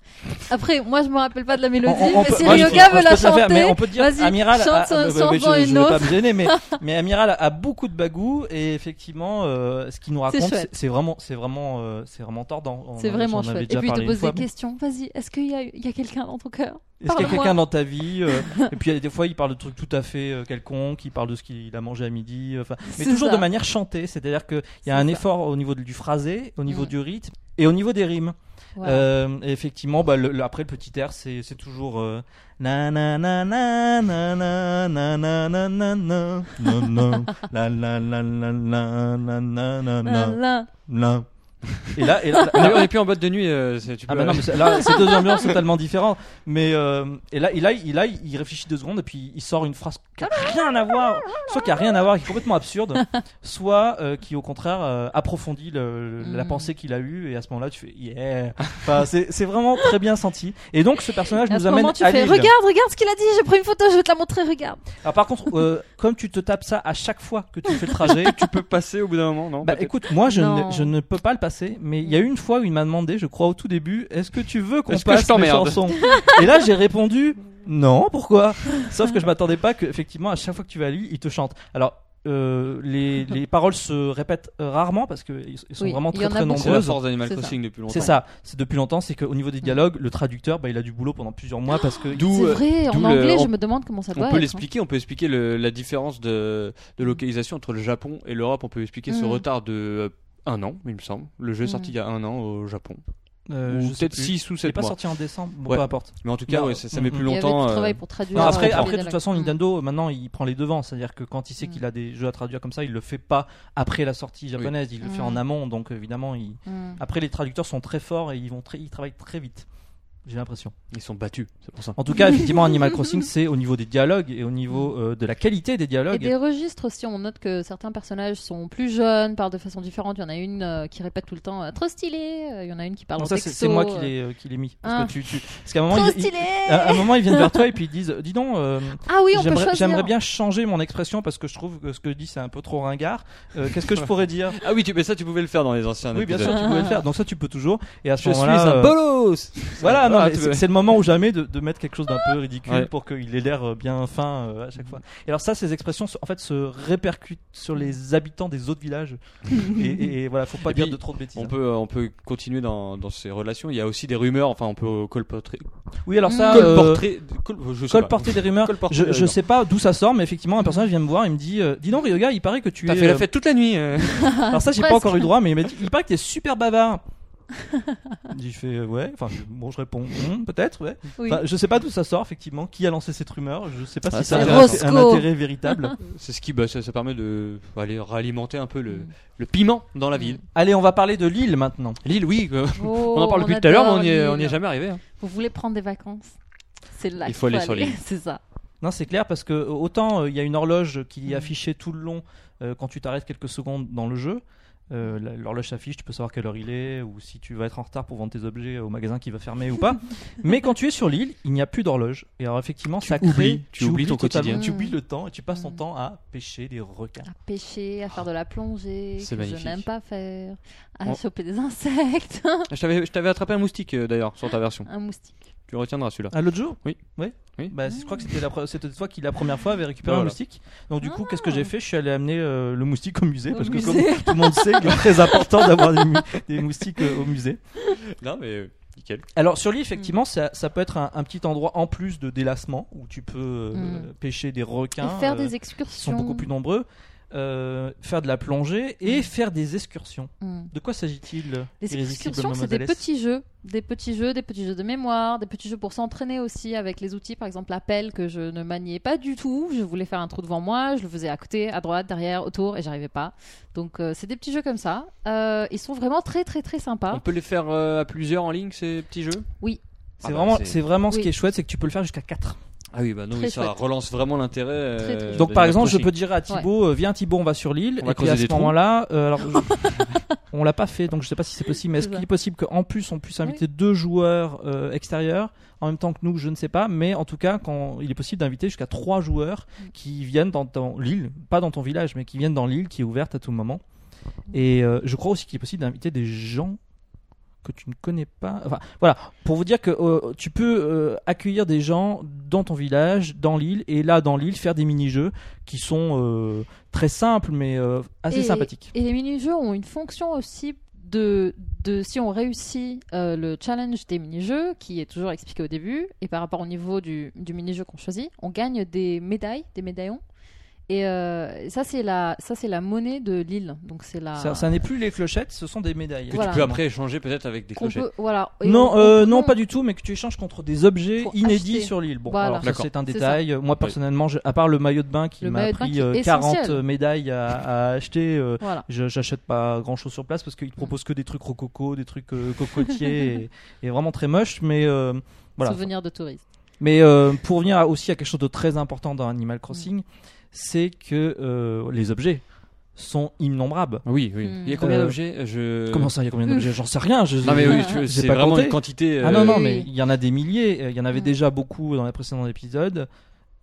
C: Après, moi, je me rappelle pas de la mélodie,
B: On- on
C: mais
B: peut-
C: si
B: moi, je peux-
C: Ryoga
B: on
C: veut
B: peut
C: la
B: se faire, mais
C: chanter,
B: on peut dire
C: vas-y,
B: Amiral
C: chante
B: a-
C: son-
B: ah, bah,
C: son
B: bah, bah,
C: enfant
B: je, je vais
C: une
B: pas
C: autre.
B: me gêner, mais,
C: [laughs]
B: mais Amiral a beaucoup de bagou et effectivement, euh, ce qu'il nous raconte,
C: chouette.
B: c'est- c'est vraiment, c'est vraiment, euh, c'est vraiment tordant. On-
C: c'est
B: j'en
C: vraiment
B: avais
C: chouette.
B: déjà
C: Et puis, il
B: parlé
C: te
B: une
C: pose
B: fois,
C: des questions. Vas-y, est-ce qu'il y a, il y a quelqu'un dans ton cœur
B: mais Est-ce qu'il y a
C: Parle-moi.
B: quelqu'un dans ta vie euh,
C: [laughs]
B: Et puis il y a des fois, il parle de trucs tout à fait euh, quelconques, il parle de ce qu'il a mangé à midi, euh, enfin, mais
C: C'est
B: toujours
C: ça.
B: de manière chantée. C'est-à-dire qu'il y
C: C'est
B: a un
C: ça.
B: effort au niveau de- du phrasé, au niveau
C: Mm.
B: du rythme et au niveau des rimes.
C: Voilà.
B: Euh, et effectivement, bah, le- le- après le petit air, c'est c'est toujours euh, na na na na na na na na na na na na na la la la la la la na na
C: Là,
B: na
C: là.
B: la.
C: [laughs]
B: Et là, et là,
A: On est- on est plus en boîte de nuit, euh, c'est- tu peux.
B: ah bah non, mais c'est-
C: [laughs]
B: là, c'est deux ambiances totalement différentes. Mais euh, et là, et là, il- là, il réfléchit deux secondes et puis il sort une phrase qui a rien à voir, soit qui a rien à voir, qui est complètement absurde,
C: [laughs]
B: soit euh, qui au contraire euh, approfondit le- la
C: Mm.
B: pensée qu'il a eue et à ce moment-là, tu fais yeah. Enfin, c'est c'est vraiment très bien senti. Et donc ce personnage
C: Et à
B: nous
C: ce
B: amène
C: moment, tu
B: à
C: fais,
B: Lille.
C: regarde, regarde ce qu'il a dit, j'ai pris une photo, je vais te la montrer, regarde.
B: Alors par contre, euh, comme tu te tapes ça à chaque fois que tu fais le
C: [laughs]
B: trajet,
A: tu peux passer au bout d'un moment, non
B: Bah
A: peut-être
B: écoute, moi je
C: Non.
B: ne, je ne peux pas le passer, mais il y a une fois où il m'a demandé, je crois au tout début, est-ce que tu veux qu'on
A: Est-ce que je
B: passe mes
A: t'emmerde
B: chansons Et là j'ai répondu, non, pourquoi Sauf que je m'attendais pas que effectivement à chaque fois que tu vas lui, il te chante. Alors euh, les, les paroles se répètent euh, rarement parce que ils ils sont
C: Oui,
B: vraiment
C: il
B: très
C: y en a
B: très
C: beaucoup.
A: C'est la
B: nombreuses.
A: force d'Animal
C: C'est ça.
A: Crossing depuis longtemps.
B: C'est ça, c'est depuis longtemps, c'est qu'au niveau des dialogues, le traducteur, bah, il a du boulot pendant plusieurs mois parce que...
A: D'où,
C: C'est
A: euh,
C: vrai, en
A: d'où le-
C: anglais,
A: on-
C: je me demande comment ça
A: on
C: doit
A: peut
C: être. hein.
A: l'expliquer, on peut expliquer le- la différence de, de localisation entre le Japon et l'Europe. On peut expliquer ce
C: Mm.
A: retard de euh, un an, il me semble. Le jeu est sorti
C: Mm.
A: il y a un an au Japon.
B: euh,
A: ou
B: je sais
A: peut-être
B: plus.
A: 6 ou
B: Il est
A: 7
B: pas
A: mois.
B: sorti en décembre, bon,
A: Ouais.
B: peu importe.
A: Mais en tout cas,
B: Non,
A: ouais, ça, ça
B: mm,
A: met
B: mm.
A: plus
C: Il y avait du
A: longtemps.
C: travail
A: euh,
C: pour traduire.
B: Non,
C: euh,
B: après,
C: les
B: après de toute
C: dialogues.
B: façon,
C: Mm.
B: Nintendo, euh, maintenant, il prend les devants. C'est-à-dire que quand il sait
C: Mm.
B: qu'il a des jeux à traduire comme ça, il le fait pas après la sortie japonaise. Il le fait
C: Mm.
B: en amont. Donc, évidemment, il...
C: Mm.
B: après, les traducteurs sont très forts et ils, vont très... ils travaillent très vite. J'ai l'impression.
A: Ils sont battus, c'est pour ça.
B: En tout
C: [laughs]
B: cas, effectivement, Animal Crossing, c'est au niveau des dialogues et au niveau euh, de la qualité des
C: Et
B: dialogues.
C: des registres aussi, on note que certains personnages sont plus jeunes, parlent de façon différente. Il y en a une euh, qui répète tout le temps euh, trop stylé. Euh, Il y en a une qui parle
B: Non,
C: en
B: ça, c'est-
C: texto.
B: c'est moi qui
C: euh,
B: l'ai euh, qui l'ai mis. Parce
C: Ah.
B: que tu- tu- parce qu'à un moment,
C: Trop
B: ils- ils-
C: stylé
B: à un moment, ils viennent vers toi et puis ils
C: [laughs]
B: disent Dis donc, euh,
C: Ah oui, on peut
B: Ah, j'aimerais
C: choisir.
B: j'aimerais bien changer mon expression parce que je trouve que ce que je dis, c'est un peu trop ringard. Euh, Qu'est-ce que je pourrais dire
A: Ah oui, tu, Ah, mais ça, tu pouvais le faire dans les anciens
B: Oui, bien
A: épisodes.
B: sûr, tu pouvais le faire. Donc, ça, tu peux toujours. Et à ce
A: Je suis
B: moment-là.
A: un
B: euh,
A: bolos
B: Voilà, non, non,
A: Ah,
B: mais
A: tu-
B: c'est c'est le moment ou jamais de, de mettre quelque chose d'un peu ridicule
A: Ouais.
B: pour qu'il ait l'air euh, bien fin euh, à chaque fois. Et alors ça, ces expressions se- en fait se répercutent sur les habitants des
A: [laughs]
B: autres villages. et, et- et voilà, faut pas
A: Et
B: dire
A: puis,
B: de trop de bêtises. hein.
A: On peut, euh, on peut continuer dans, dans ces relations. Il y a aussi des rumeurs. Enfin, on peut colporter.
B: Oui, alors ça, euh,
A: Colporter. col- je sais pas.
B: colporter des rumeurs.
A: Colporter
B: Je,
A: des
B: je
A: rumeurs.
B: sais pas d'où ça sort, mais effectivement, un personnage vient me voir, il me dit, euh, dis donc, Ryoga, il paraît que tu
A: T'as
B: es.
A: fait la
B: euh,
A: fête toute la nuit. euh.
B: Alors ça, j'ai pas
C: Presque.
B: encore eu droit, mais il m'a dit, il paraît que t'es super
A: [laughs]
B: bavard. J'ai fait euh, ouais, enfin je- bon je réponds Hum, peut-être ouais.
C: Oui.
B: Enfin, je sais pas d'où ça sort effectivement, qui a lancé cette rumeur, je sais pas
A: Ah,
B: si
A: c'est
B: ça a un
C: intéressant.
B: un
C: Roscoe.
B: intérêt véritable.
A: [laughs] [laughs] C'est ce qui, bah, ça, ça permet de bah, aller ralimenter un peu le,
C: Mm.
A: le piment dans la ville.
B: Allez, on va parler de Lille maintenant.
A: Lille, oui. euh,
C: Oh,
A: on en parle depuis tout à l'heure, mais on n'y est,
C: adore
A: on y est
C: Lille.
A: jamais arrivé.
C: [laughs]
A: hein.
C: Vous voulez prendre des vacances C'est là
A: Il
C: qu'il
A: faut aller sur l'île.
C: [laughs] C'est ça.
B: Non, c'est clair parce que euh, autant euh, il y a une horloge qui est
C: Mhm.
B: affichée tout le long euh, quand tu t'arrêtes quelques secondes dans le jeu. euh, la- L'horloge s'affiche, tu peux savoir quelle heure il est ou si tu vas être en retard pour vendre tes objets au magasin qui va fermer
A: [laughs]
B: ou pas. Mais quand tu es sur l'île, il n'y a plus d'horloge. Et alors effectivement, ça crée-
A: oublies, tu oublies ton
B: totalement,
A: quotidien.
B: Tu oublies
C: Mhm.
B: le temps et tu passes ton
C: Mhm.
B: temps à pêcher des requins.
C: À pêcher, à faire de la plongée,
A: C'est
C: que je
A: magnifique.
C: n'aime pas faire, à
A: On-
C: choper des insectes, [laughs]
A: Je t'avais je t'avais attrapé un moustique euh, d'ailleurs sur ta version.
C: un moustique.
A: Tu retiendras celui-là.
B: Ah, l'autre jour
A: Oui.
B: Ouais.
A: Oui.
B: Bah, c'est- je crois que c'était la pre- c'était toi qui, la première fois, avait récupéré un
A: Voilà.
B: moustique. Donc, du coup,
C: Ah.
B: qu'est-ce que j'ai fait Je suis allé amener euh, le moustique au musée.
C: Au
B: parce que,
C: musée.
B: comme tout le monde sait, il est très important d'avoir des, mu- des moustiques euh, au musée.
A: Non, mais euh, nickel.
B: Alors,
C: Mm.
B: sur l'île, effectivement, ça, ça peut être un, un petit endroit en plus de délassement où tu peux euh,
C: Mm.
B: pêcher des requins
C: Et faire
B: euh,
C: des
B: qui
C: excursions.
B: sont beaucoup plus nombreux, euh, faire de la plongée et faire des excursions.
C: Mm.
B: De quoi s'agit-il
C: Les
B: Irrésistible
C: excursions, c'est des
B: Mademoiselle S
C: petits jeux, des petits jeux, des petits jeux de mémoire, des petits jeux pour s'entraîner aussi avec les outils, par exemple la pelle que je ne maniais pas du tout. Je voulais faire un trou devant moi, je le faisais à côté, à droite, derrière, autour, et j'arrivais pas. Donc euh, c'est des petits jeux comme ça. Euh, ils sont vraiment très très très
A: On
C: sympas.
A: peut les faire euh, à plusieurs en ligne ces petits jeux.
B: C'est
A: Ah bah,
B: vraiment,
A: c'est-
B: c'est vraiment ce
C: Oui.
B: qui est chouette, c'est que tu peux le faire jusqu'à 4.
A: Ah oui, bah non,
C: Très
A: oui, ça
C: chouette.
A: relance vraiment l'intérêt. euh,
C: Très, très chouette.
B: Donc par
A: d'Animal
B: exemple, je
A: Crossing.
B: peux dire à Thibaut, euh, viens Thibaut, on va sur l'île.
A: On va
B: Et puis à
A: creuser
B: ce
A: des trous.
B: moment-là,
A: [laughs]
B: euh, alors je- on l'a pas fait, donc je sais pas si c'est possible. Mais est-ce
C: C'est
B: qu'il
C: ça.
B: est possible qu'en plus on puisse inviter deux joueurs euh, extérieurs en même temps que nous Je ne sais pas, mais en tout cas, quand il est possible d'inviter jusqu'à trois joueurs qui viennent dans ton l'île, pas dans ton village, mais qui viennent dans l'île qui est ouverte à tout moment. Et euh, je crois aussi qu'il est possible d'inviter des gens que tu ne connais pas. Enfin, voilà, pour vous dire que euh, tu peux euh, accueillir des gens dans ton village, dans l'île, et là, dans l'île, faire des mini-jeux qui sont euh, très simples, mais euh, assez
C: Et-
B: sympathiques.
C: Et les mini-jeux ont une fonction aussi de, de si on réussit euh, le challenge des mini-jeux, qui est toujours expliqué au début, et par rapport au niveau du, du mini-jeu qu'on choisit, on gagne des médailles, des médaillons. Et euh, ça, c'est la, ça, c'est la monnaie de l'île. Donc, c'est la.
B: Ça, ça n'est plus les clochettes, ce sont des médailles.
A: Que
C: Ah. Voilà.
A: tu peux après échanger peut-être avec des
C: qu'on
A: clochettes.
C: peut, voilà. Et
B: Non,
C: on-
B: euh,
C: on-
B: non, pas du tout, mais que tu échanges contre des objets
C: Pour
B: inédits
C: acheter.
B: sur l'île. Bon,
C: Voilà.
B: alors ça,
A: D'accord.
B: c'est un
C: C'est
B: détail. Moi, personnellement, je- à part le maillot de bain qui
C: Le
B: m'a
C: maillot de bain
B: pris
C: qui est
B: euh, 40
C: essentiel.
B: médailles à, à acheter, euh,
C: Voilà.
B: Je- J'achète pas grand chose sur place parce qu'ils te proposent que des trucs rococo, des trucs euh, cocotiers et, et vraiment très moche. Mais euh, voilà.
C: Souvenir de tourisme.
B: Mais euh, pour revenir à- aussi à quelque chose de très important dans Animal Crossing, c'est que euh, les objets sont innombrables.
A: Oui, oui.
C: Hmm.
A: Il y a combien
B: Euh,
A: d'objets Je.
B: Comment ça, il y a combien d'objets J'en sais rien. Je,
A: Non mais oui, euh, tu-
B: j'ai
A: c'est
B: pas
A: vraiment
B: compté.
A: une quantité.
B: Ah non, non,
C: Oui,
B: mais
C: oui.
B: il y en a des milliers. euh, Il y en avait
C: Mm.
B: déjà beaucoup dans les précédents épisodes.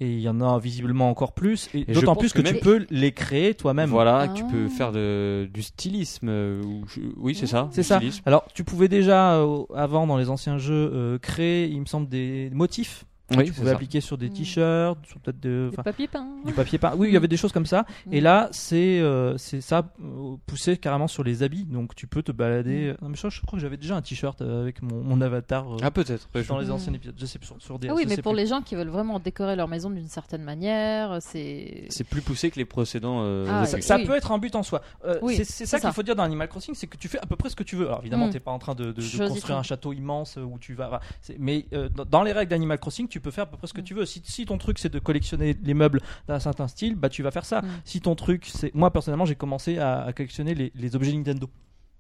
B: Et il y en a visiblement encore plus. Et,
A: je
B: d'autant
A: pense
B: plus que,
A: que
B: tu
A: même-
B: peux les créer toi-même.
A: Voilà,
C: Ah.
A: tu peux faire de, du stylisme. euh, ou je- oui, c'est ça.
C: Ah.
B: C'est
A: du
B: ça.
A: stylisme.
B: Alors, tu pouvais déjà, euh, avant, dans les anciens jeux, euh, créer, il me semble, des motifs.
A: Oui,
B: tu
A: c'est
B: pouvais
A: ça.
B: appliquer sur des
C: Mm.
B: t-shirts, sur peut-être de,
C: Des
B: enfin,
C: papiers peints.
B: du papier peint. Oui, il y avait des choses comme ça.
C: Mm.
B: Et là, c'est euh, c'est ça, euh, poussé carrément sur les habits. Donc, tu peux te
C: Mm.
B: balader. Non, mais je, je crois que j'avais déjà un t-shirt euh, avec mon, mon avatar euh,
A: Ah peut-être. ouais, je-
B: dans les
C: Mm.
B: anciens épisodes. Je sais plus, sur, sur des.
C: Ah oui,
B: je
C: mais
B: sais
C: pour
B: plus.
C: les gens qui veulent vraiment décorer leur maison d'une certaine manière, c'est.
A: C'est plus poussé que les précédents. euh,
C: Ah,
A: objets.
B: Ça- Ça
C: Oui.
B: peut être un but en soi. Euh,
C: Oui,
B: c'est- c'est ça
C: c'est
B: qu'il
C: ça.
B: faut dire dans Animal Crossing, c'est que tu fais à peu près ce que tu veux. Alors évidemment,
C: Mm.
B: t'es pas en train de, de- de
C: Choisis
B: construire
C: ton-
B: un château immense euh, où tu vas. c'est- Mais euh, dans- dans les règles d'Animal Crossing, tu peux faire à peu près ce que
C: Mm.
B: tu veux. Si, si ton truc c'est de collectionner les meubles d'un certain style, bah tu vas faire ça.
C: Mm.
B: Si ton truc c'est, moi personnellement, j'ai commencé à, à collectionner les, les objets Nintendo.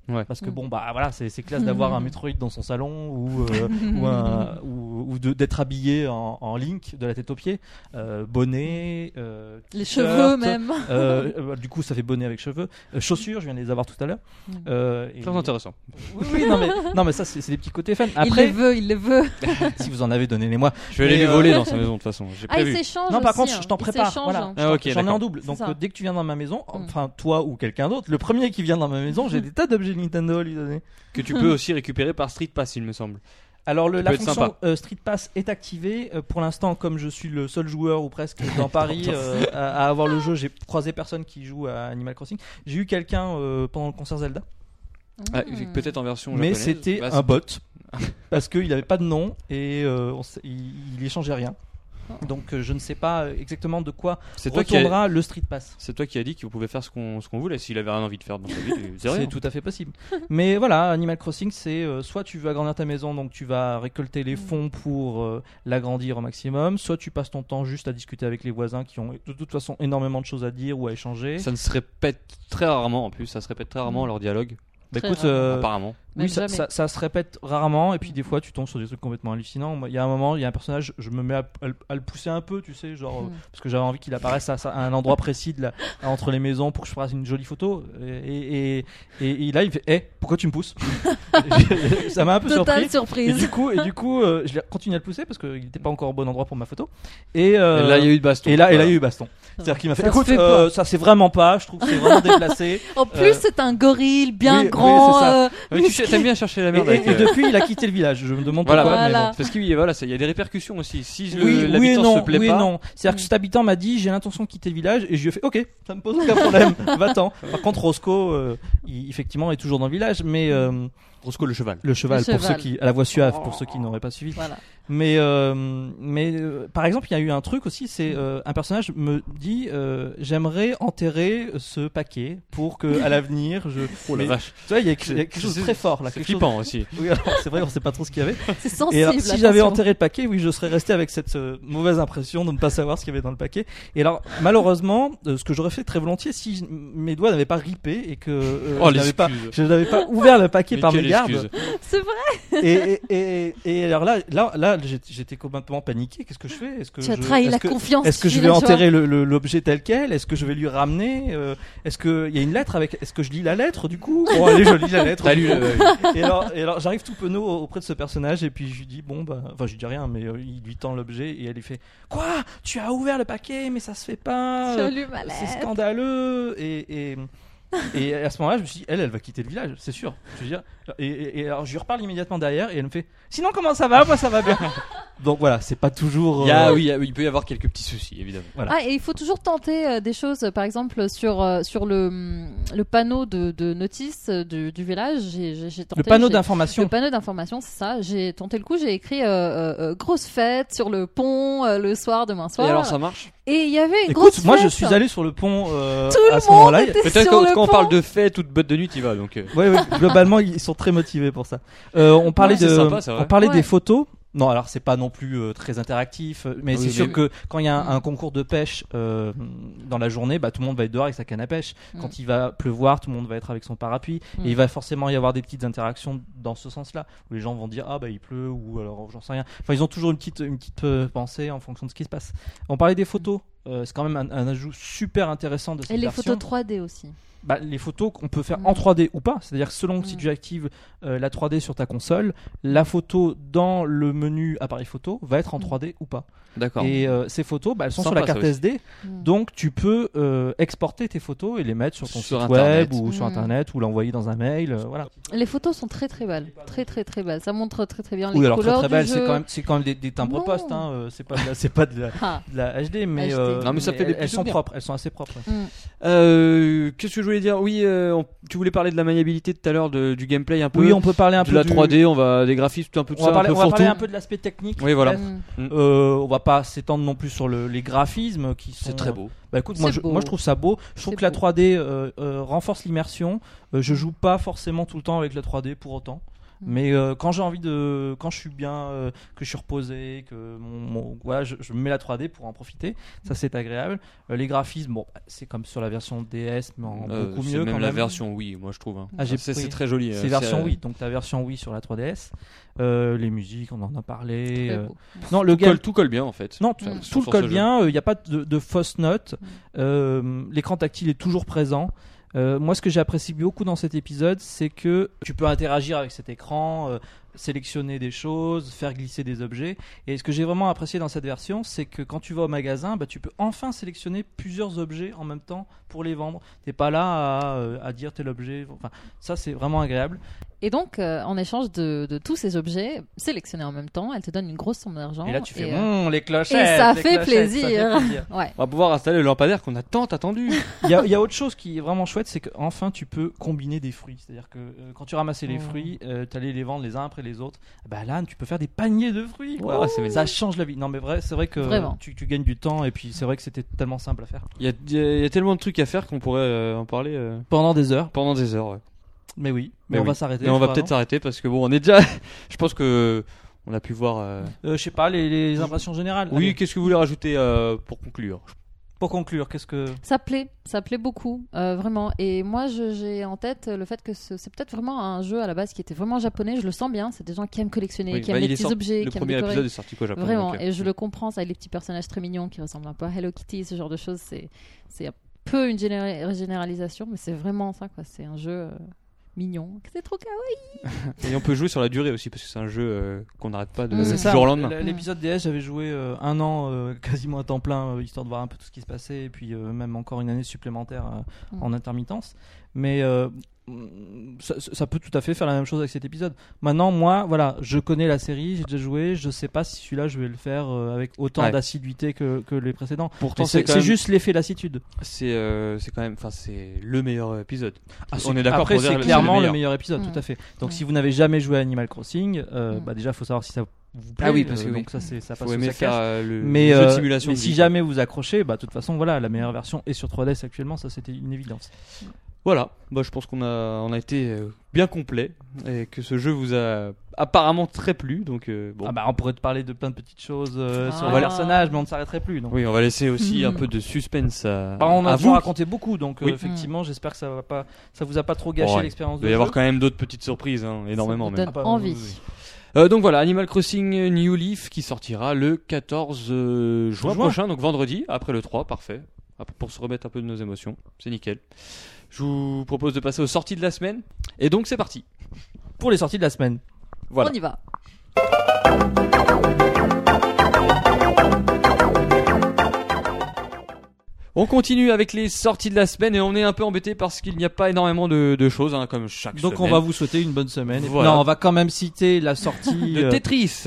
A: Ouais.
B: Parce que
C: Mm.
B: bon bah voilà, c'est c'est classe
C: Mm.
B: d'avoir un Metroid dans son salon ou euh,
C: [laughs]
B: ou, un- ou- ou de- d'être habillé en, en Link de la tête aux pieds, Euh, bonnet, euh,
C: Les
B: t-shirt,
C: cheveux, même.
B: euh, euh, du coup, ça fait bonnet avec cheveux. Euh, chaussures, je viens de les avoir tout à l'heure.
C: Mm.
B: Euh, et-
A: Très intéressant.
B: Oui, oui, non, mais, non, mais ça, c'est c'est des petits côtés fans.
C: Il les
B: Après,
C: veut, il les veut.
B: si vous en avez, donnez-les-moi.
A: Je vais aller
B: Et,
A: lui
B: euh,
A: voler dans sa maison de toute façon. J'ai
C: Ah, il
A: prévu.
C: s'échange.
B: Non, par
C: aussi,
B: contre,
C: hein.
B: je t'en
C: Il
B: prépare.
C: s'échange,
B: Voilà,
C: hein.
A: Ah, ok,
B: J'en ai
A: d'accord.
B: en double.
C: C'est
B: Donc,
C: ça.
B: euh, dès que tu viens dans ma maison,
C: Mm.
B: enfin, toi ou quelqu'un d'autre, le premier qui vient dans ma maison, j'ai des tas d'objets Nintendo à lui donner.
A: Que tu peux aussi récupérer par Street Pass, il me semble.
B: Alors le,
A: Ça
B: la
A: peut être
B: fonction
A: sympa.
B: euh, Street Pass est activée. Euh, pour l'instant, comme je suis le seul joueur ou presque
A: [laughs]
B: dans Paris euh, à, à avoir le jeu, j'ai croisé personne qui joue à Animal Crossing. J'ai eu quelqu'un euh, pendant le concert Zelda,
A: Ah,
C: Hmm.
A: Peut-être en version
B: mais
A: japonaise.
B: c'était
A: Bah, [laughs]
B: un bot parce qu'il n'avait pas de nom et euh, on s- il, il échangeait rien. Donc euh, je ne sais pas exactement de quoi
A: C'est toi qui a...
B: retournera le Street Pass.
A: C'est toi qui as dit qu'il pouvait faire ce qu'on ce qu'on voulait s'il avait rien envie de faire dans sa vie. euh, C'est
B: [laughs] C'est
A: vrai.
B: tout à fait possible. Mais voilà, Animal Crossing, c'est euh, soit tu veux agrandir ta maison, donc tu vas récolter
C: Mm.
B: les fonds pour euh, l'agrandir au maximum, soit tu passes ton temps juste à discuter avec les voisins qui ont de toute façon énormément de choses à dire ou à échanger.
A: Ça ne se répète très rarement en plus, ça se répète très rarement leur dialogue,
B: Bah,
C: Très
B: écoute,
C: rare.
B: euh,
A: apparemment.
B: oui,
C: Même
B: ça,
C: jamais.
B: ça- ça se répète rarement, et puis des fois tu tombes sur des trucs complètement hallucinants. Moi, Il y a un moment, il y a un personnage, je me mets à, à le- à le pousser un peu, tu sais, genre, euh,
C: Mm.
B: parce que j'avais envie qu'il apparaisse à, à un endroit précis de la- entre les maisons pour que je fasse une jolie photo. Et, et, et- et là, il fait Hé, pourquoi tu me pousses [laughs] Ça m'a un peu surpris.
C: Totale
B: Et [laughs]
C: surprise.
B: du coup, et du coup euh, je l'ai continué à le pousser parce qu'il n'était pas encore au bon endroit pour ma photo. Et, euh,
A: Et là, il y a eu de baston.
B: et là, et là, il y
A: Voilà.
B: a eu baston. C'est-à-dire qu'il m'a fait,
C: Ça se
B: écoute,
C: fait
B: euh, ça c'est vraiment pas, je trouve que c'est
C: [laughs]
B: vraiment déplacé.
C: En plus,
B: euh,
C: c'est un gorille bien
B: oui, oui,
C: grand.
B: c'est ça.
C: euh,
A: Ah oui, tu sais, T'aimes bien chercher la
B: Et,
A: merde.
B: et-
A: avec,
B: et
A: euh,
B: depuis, il a quitté le village. Je me demande
A: Voilà.
B: pourquoi. mais
C: Voilà.
B: bon.
A: Parce qu'il y a- voilà, ça- il y a des répercussions aussi. Si je-
B: Oui,
A: l'habitant
B: oui et non,
A: se plaît
B: oui et
A: pas,
B: non. C'est-à-dire que
C: Mm.
B: cet habitant m'a dit j'ai l'intention de quitter le village et je lui ai fait ok, ça me pose
C: [laughs]
B: aucun problème, va-t'en. Par contre, Roscoe, euh, il- effectivement, est toujours dans le village, mais euh,
A: Roscoe le cheval.
B: le cheval,
C: Le
B: pour ceux
C: cheval. Oh.
B: qui, à la voix suave, pour ceux qui n'auraient pas suivi.
C: Voilà.
B: Mais, euh, mais euh, par exemple, il y a eu un truc aussi,
C: Mm.
B: c'est euh, un personnage me dit euh, j'aimerais enterrer ce paquet pour que à l'avenir je.
A: Oh la
B: Mais,
A: vache.
B: tu vois, il y a quelque il y a quelque
A: C'est-
B: chose de
A: c'est-
B: très fort là.
A: C'est
B: quelque chose-
A: flippant aussi.
B: Oui, alors, c'est vrai, on sait pas trop ce qu'il y avait.
C: C'est sensible.
B: Et alors, si
C: attention.
B: j'avais enterré le paquet, oui, je serais resté avec cette euh, mauvaise impression de ne pas savoir ce qu'il y avait dans le paquet. Et alors, malheureusement, euh, ce que j'aurais fait très volontiers si je- mes doigts n'avaient pas ripé et que euh,
A: Oh
B: je n'avais
A: l'excuse.
B: pas, je n'avais pas ouvert le paquet
A: Mais
B: par
A: quelle
B: mégarde. Oh.
A: excuse.
C: C'est vrai.
B: Et, et, et, et alors là, là, là, j'ai- j'étais complètement paniqué. Qu'est-ce que je fais Est-ce que
C: Tu as
B: je-
C: trahi
B: est-ce
C: la
B: que-
C: confiance.
B: est-ce que je vais
C: villageoise.
B: enterrer le- le- l'objet tel quel Est-ce que je vais lui ramener Euh, Est-ce que il y a une lettre avec Est-ce que je lis la lettre du coup Bon allez, je lis la lettre.
A: T'as lu le-
B: Et alors, et alors, j'arrive tout penaud auprès de ce personnage et puis je lui dis bon bah enfin je lui dis rien mais euh, il lui tend l'objet et elle lui fait quoi Tu as ouvert le paquet mais ça se fait pas.
C: Tu as
B: euh,
C: lu ma
B: C'est
C: lettre.
B: scandaleux et, et et à ce moment-là, je me suis dit, elle, elle va quitter le village, c'est sûr. Je veux dire, et, et- et alors je lui reparle immédiatement derrière et elle me fait, sinon comment ça va Moi ça va bien. [laughs] Donc voilà, c'est pas toujours.
A: Il y a-
B: euh,
A: Ah oui, il y a- il peut y avoir quelques petits soucis évidemment.
C: Ah, et il faut toujours tenter euh, des choses. euh, Par exemple, sur, euh, sur le, hum, le panneau de, de notice euh, du, du village, j'ai j'ai- j'ai tenté.
B: le panneau
C: j'ai-
B: d'information.
C: Le panneau d'information, c'est ça. J'ai tenté le coup, j'ai écrit euh, euh, euh, grosse fête sur le pont euh, le soir, demain
A: Et
C: soir.
A: alors ça
C: [laughs]
A: marche
C: Et il y avait une grosse
B: Écoute,
C: fête.
B: moi je
C: [laughs]
B: suis allé sur le pont euh,
C: Tout
B: à
C: le
B: ce moment-là.
C: monde était
A: Peut-être
C: sur
A: quand,
C: le
A: quand on
C: pont.
A: parle de fête ou de botte de nuit, il va donc. euh,
B: Ouais, ouais, globalement, ils sont très motivés pour ça. Euh, on parlait
A: Ouais,
B: de,
A: c'est sympa, c'est vrai.
B: on parlait
C: Ouais.
B: des photos. Non, alors c'est pas non plus euh, très interactif, euh, mais
A: Oui,
B: c'est
A: mais-
B: sûr que quand il y a un, un concours de pêche euh, dans la journée, bah, tout le monde va être dehors avec sa canne à pêche.
C: Mm.
B: Quand il va pleuvoir, tout le monde va être avec son parapluie,
C: Mm.
B: et il va forcément y avoir des petites interactions dans ce sens-là, où les gens vont dire ah bah il pleut ou alors j'en sais rien. Enfin, ils ont toujours une petite, une petite euh, pensée en fonction de ce qui se passe. On parlait des photos. Euh, c'est quand même un, un ajout super intéressant de cette
C: Et les
B: version
C: photos 3D aussi.
B: bah, les photos qu'on peut faire
C: Mm.
B: en 3D ou pas. C'est-à-dire que selon si
C: Mm.
B: tu actives euh, la 3D sur ta console, la photo dans le menu appareil photo va être en
C: Mm.
B: 3D ou pas.
A: D'accord.
B: Et euh, ces photos, bah, elles sont
A: Sympa,
B: sur la carte
A: ça aussi.
B: SD,
C: Mm.
B: donc tu peux euh, exporter tes photos et les mettre sur ton
A: Sur
B: site
A: Internet.
B: web ou sur
C: Mm.
B: Internet ou l'envoyer dans un mail. euh, voilà.
C: Les photos sont très très belles, très très très belles. Ça montre très très bien les
B: Ou alors très
C: couleurs
B: très belle,
C: du
B: c'est
C: jeu.
B: quand même, c'est quand même des, des timbres
C: Non.
B: postes. Hein, euh, c'est pas, de la- c'est pas de la,
C: Ah.
B: de la HD, mais,
C: HD.
B: euh,
A: Non, mais ça fait des
B: elles,
A: petits
B: elles sont
A: souvenirs.
B: propres, elles sont assez propres. ouais.
C: Mm.
A: Euh, Qu'est-ce que je voulais dire Oui, euh, on- tu voulais parler de la maniabilité tout à l'heure, de- du gameplay un peu.
B: Oui, on peut parler un
A: de
B: peu
A: la
B: du-
A: 3D, on va des graphismes, tout un peu tout
B: On va
A: ça,
B: parler
A: un
B: on
A: peu
B: va
A: fourre-tout.
B: parler un peu de l'aspect technique.
A: Oui, voilà.
C: Mm.
B: Euh, on va pas s'étendre non plus sur le- les graphismes qui sont.
A: C'est très beau.
B: Bah écoute, moi
C: C'est
B: je,
C: beau.
B: moi je trouve ça beau. Je trouve
C: C'est
B: que la
C: beau.
B: 3D euh, euh, renforce l'immersion. Euh, je joue pas forcément tout le temps avec la 3D pour autant.
C: Mm.
B: Mais euh, quand j'ai envie de, quand je suis bien, euh, que je suis reposé, que mon, mon- voilà, je, je mets la 3D pour en profiter. Ça c'est agréable. Euh, les graphismes, bon, c'est comme sur la version DS, mais en
A: Euh,
B: beaucoup
A: c'est
B: mieux.
A: même
B: quand
A: la version oui, moi je trouve. hein.
B: Ah, j'ai-
A: c'est
B: oui.
A: c'est très joli. euh,
B: C'est version
A: euh,
B: Wii, donc la version Wii sur la 3DS. Euh, les musiques, on en a parlé.
C: Très
B: euh.
C: beau.
B: Non, le
A: Colle-
B: game,
A: tout colle bien en fait.
B: non, tout,
A: Sur-
B: tout
A: sur
B: le
A: ce
B: colle
A: jeu.
B: bien, il n'y a pas de, de fausses notes.
C: Mm.
B: Euh, L'écran tactile est toujours présent. Euh, moi, ce que j'ai apprécié beaucoup dans cet épisode, c'est que tu peux interagir avec cet écran. euh, sélectionner des choses, faire glisser des objets. Et ce que j'ai vraiment apprécié dans cette version, c'est que quand tu vas au magasin, bah, tu peux enfin sélectionner plusieurs objets en même temps pour les vendre. T'es pas là à, euh, à dire tel objet. Enfin, ça c'est vraiment agréable.
C: Et donc, euh, en échange de, de tous ces objets sélectionnés en même temps, elle te donne une grosse somme d'argent.
B: et là tu fais hmm.
C: euh,
B: Hum, les clochettes.
C: et ça
B: les
C: fait
B: clochettes, ça fait
C: plaisir.
B: plaisir.
C: ouais.
A: On va pouvoir installer le lampadaire qu'on a tant attendu.
B: Il y, a- il y a autre chose qui est vraiment chouette, c'est qu'enfin tu peux combiner des fruits. C'est-à-dire que euh, quand tu ramassais les
A: Mmh.
C: Oh.
B: fruits, euh, t'allais les vendre les uns après les autres. Bah là, tu peux faire des paniers de fruits. quoi.
A: Wow, c'est magnifique.
B: ça change la vie. Non mais vrai, c'est vrai que
C: Vraiment.
B: Tu, tu gagnes du temps et puis c'est vrai que c'était tellement simple à faire.
A: Il y a, il y a- il y a tellement de trucs à faire qu'on pourrait euh, en parler euh,
B: Pendant des heures.
A: pendant des heures. ouais.
B: Mais oui, mais,
A: Mais
B: on
A: oui.
B: va s'arrêter.
A: Et on
B: je
A: va
B: crois,
A: peut-être
B: non
A: s'arrêter parce que bon, on est déjà. [laughs] je pense que on a pu voir. euh,
B: Euh, je sais pas les, les impressions générales.
A: Oui,
B: Allez,
A: qu'est-ce que vous voulez rajouter euh, pour conclure
B: pour conclure, qu'est-ce que
C: Ça plaît, ça plaît beaucoup, euh, vraiment. Et moi, je- j'ai en tête le fait que ce- c'est peut-être vraiment un jeu à la base qui était vraiment japonais. Je le sens bien. C'est des gens qui aiment collectionner,
A: Oui,
C: qui
A: bah, il
C: aiment
A: est
C: les petits
A: sorti-
C: objets,
A: Le
C: qui aiment
A: premier
C: décorer.
A: épisode est sorti quoi au Japon.
C: Vraiment,
A: donc, euh,
C: et je le comprends, ça, avec les petits personnages très mignons qui ressemblent un peu à Hello Kitty, ce genre de choses, c'est c'est un peu une géné- généralisation, mais c'est vraiment ça, quoi. C'est un jeu euh, mignon. C'est trop kawaii.
A: Et on peut jouer sur la durée aussi parce que c'est un jeu euh, qu'on n'arrête pas de
C: Mm.
A: du
C: C'est ça,
A: jour au lendemain.
B: l- L'épisode DS, j'avais joué euh, un an euh, [laughs] quasiment à temps plein, euh, histoire de voir un peu tout ce qui se passait, et puis euh, même encore une année supplémentaire euh,
C: Mm.
B: en intermittence. Mais euh, mm, ça, ça peut tout à fait faire la même chose avec cet épisode. Maintenant, moi, voilà, je connais la série, j'ai déjà joué, je sais pas si celui-là je vais le faire euh, avec autant
A: Ouais.
B: d'assiduité que, que les précédents.
A: Pourtant,
B: Mais
A: c'est
B: C'est
A: quand
B: c'est
A: même-
B: juste l'effet lassitude.
A: c'est euh, c'est quand même, enfin, c'est le meilleur épisode.
B: Ah,
A: On est d'accord
B: Après,
A: pour dire
B: c'est
A: que c'est
B: clairement
A: le meilleur.
B: le meilleur, épisode,
C: Mm.
B: tout à fait. Donc,
C: Mm.
B: si vous n'avez jamais joué à Animal Crossing, euh,
C: Mm.
B: bah, déjà, faut savoir si ça vous plaît.
A: Ah oui, parce
B: euh,
A: que oui.
B: donc ça, c'est ça passe
A: Faut
B: ou
A: aimer
B: ça
A: faire
B: casse.
A: euh, le
B: Mais,
A: jeu de
B: euh,
A: simulation.
B: mais
A: de
B: si
A: vie.
B: jamais vous accrochez, bah de toute façon voilà, la meilleure version est sur 3DS actuellement, ça c'était une évidence.
A: Voilà, bah, je pense qu'on a, on a été euh, bien complet et que ce jeu vous a apparemment très plu. Donc, euh, bon.
B: Ah bah on pourrait te parler de plein de petites choses euh, sur
C: Ah.
B: les personnages, mais on ne s'arrêterait plus. Donc.
A: Oui, on va laisser aussi
C: Mhm.
A: un peu de suspense à,
B: Bah, on
A: à
B: a
A: vous.
B: vous raconté beaucoup, donc euh,
A: Oui.
B: effectivement j'espère que ça va pas, ça vous a pas trop gâché
A: Ouais.
B: l'expérience
A: Il
B: de
A: doit y
B: jeu.
A: avoir quand même d'autres petites surprises, hein, énormément
C: Ça me
A: même.
C: donne
B: Ah bah,
C: envie.
B: oui, oui,
A: Euh, donc voilà, Animal Crossing New Leaf qui sortira le 14 euh, juin,
B: Juin.
A: prochain, donc vendredi, après le 3, parfait. Après, Pour se remettre un peu de nos émotions, c'est nickel. Je vous propose de passer aux sorties de la semaine. Et donc c'est parti.
B: Pour les sorties de la semaine.
A: Voilà.
C: On y va.
A: On continue avec les sorties de la semaine et on est un peu embêté parce qu'il n'y a pas énormément de, de choses, hein, comme chaque
B: Donc on
A: semaine.
B: va vous souhaiter une bonne semaine. Et-
A: Voilà.
B: Non, on va quand même citer la
A: [laughs]
B: sortie.
A: De
B: euh,
A: Tetris.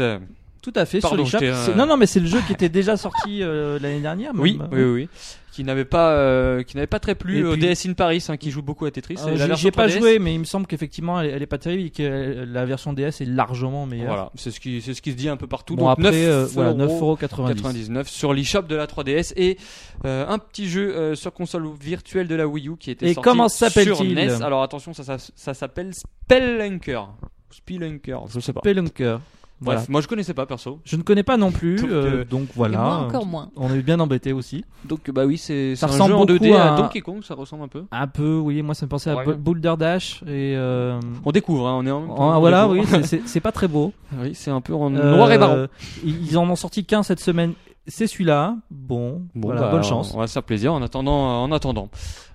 B: Tout à fait.
A: Pardon,
B: sur
A: j'étais
B: l'eShop.
A: un-
B: C'est- Non, non, mais c'est le jeu qui était déjà sorti euh, l'année dernière. même. Euh,
A: Oui, oui, oui, oui. Qui n'avait pas, euh, qui n'avait pas très plu
B: Et
A: au
B: puis-
A: DS in Paris, hein, qui joue beaucoup à Tetris.
B: Euh,
A: Et la
B: j'ai-
A: version
B: J'ai pas
A: 3DS,
B: joué, mais il me semble qu'effectivement elle, elle est pas terrible et que euh, la version DS est largement meilleure.
A: Voilà, c'est ce qui, c'est ce qui se dit un peu partout.
B: Bon,
A: Donc
B: après, euh,
A: 9
B: voilà,
A: euros.
B: 9,90€.
A: 99 sur l'eShop de la 3DS et euh, un petit jeu euh, sur console virtuelle de la Wii U qui était
B: Et
A: sorti
B: comment s'appelle-t-il
A: sur NES. Alors attention, ça, ça, ça s'appelle Spelunker. Spelunker, je sais pas.
B: Spelunker. Voilà.
A: Bref, moi je connaissais pas perso.
B: Je ne connais pas non plus,
A: Donc,
B: euh,
A: euh,
B: donc
C: Et
B: voilà.
C: moi, encore moins.
B: On est bien embêté aussi.
A: Donc bah oui, c'est
B: Ça
A: c'est un
B: ressemble
A: jeu en
B: beaucoup
A: 2D à...
B: à-
A: Donkey Kong, ça ressemble un peu.
B: Un peu, oui. Moi, ça me pensait à
A: Ouais.
B: Bo- Boulder Dash et. euh,
A: On découvre, hein, on est en même temps,
B: ah,
A: on
B: voilà, oui,
A: découvre.
B: c'est- c'est c'est pas très beau.
A: oui, c'est un peu en [laughs]
B: Euh,
A: noir et marron.
B: Ils ils en ont sorti qu'un cette semaine. C'est celui-là. Bon,
A: Bon,
B: voilà,
A: bah,
B: bonne chance.
A: On va se faire plaisir en attendant. En attendant,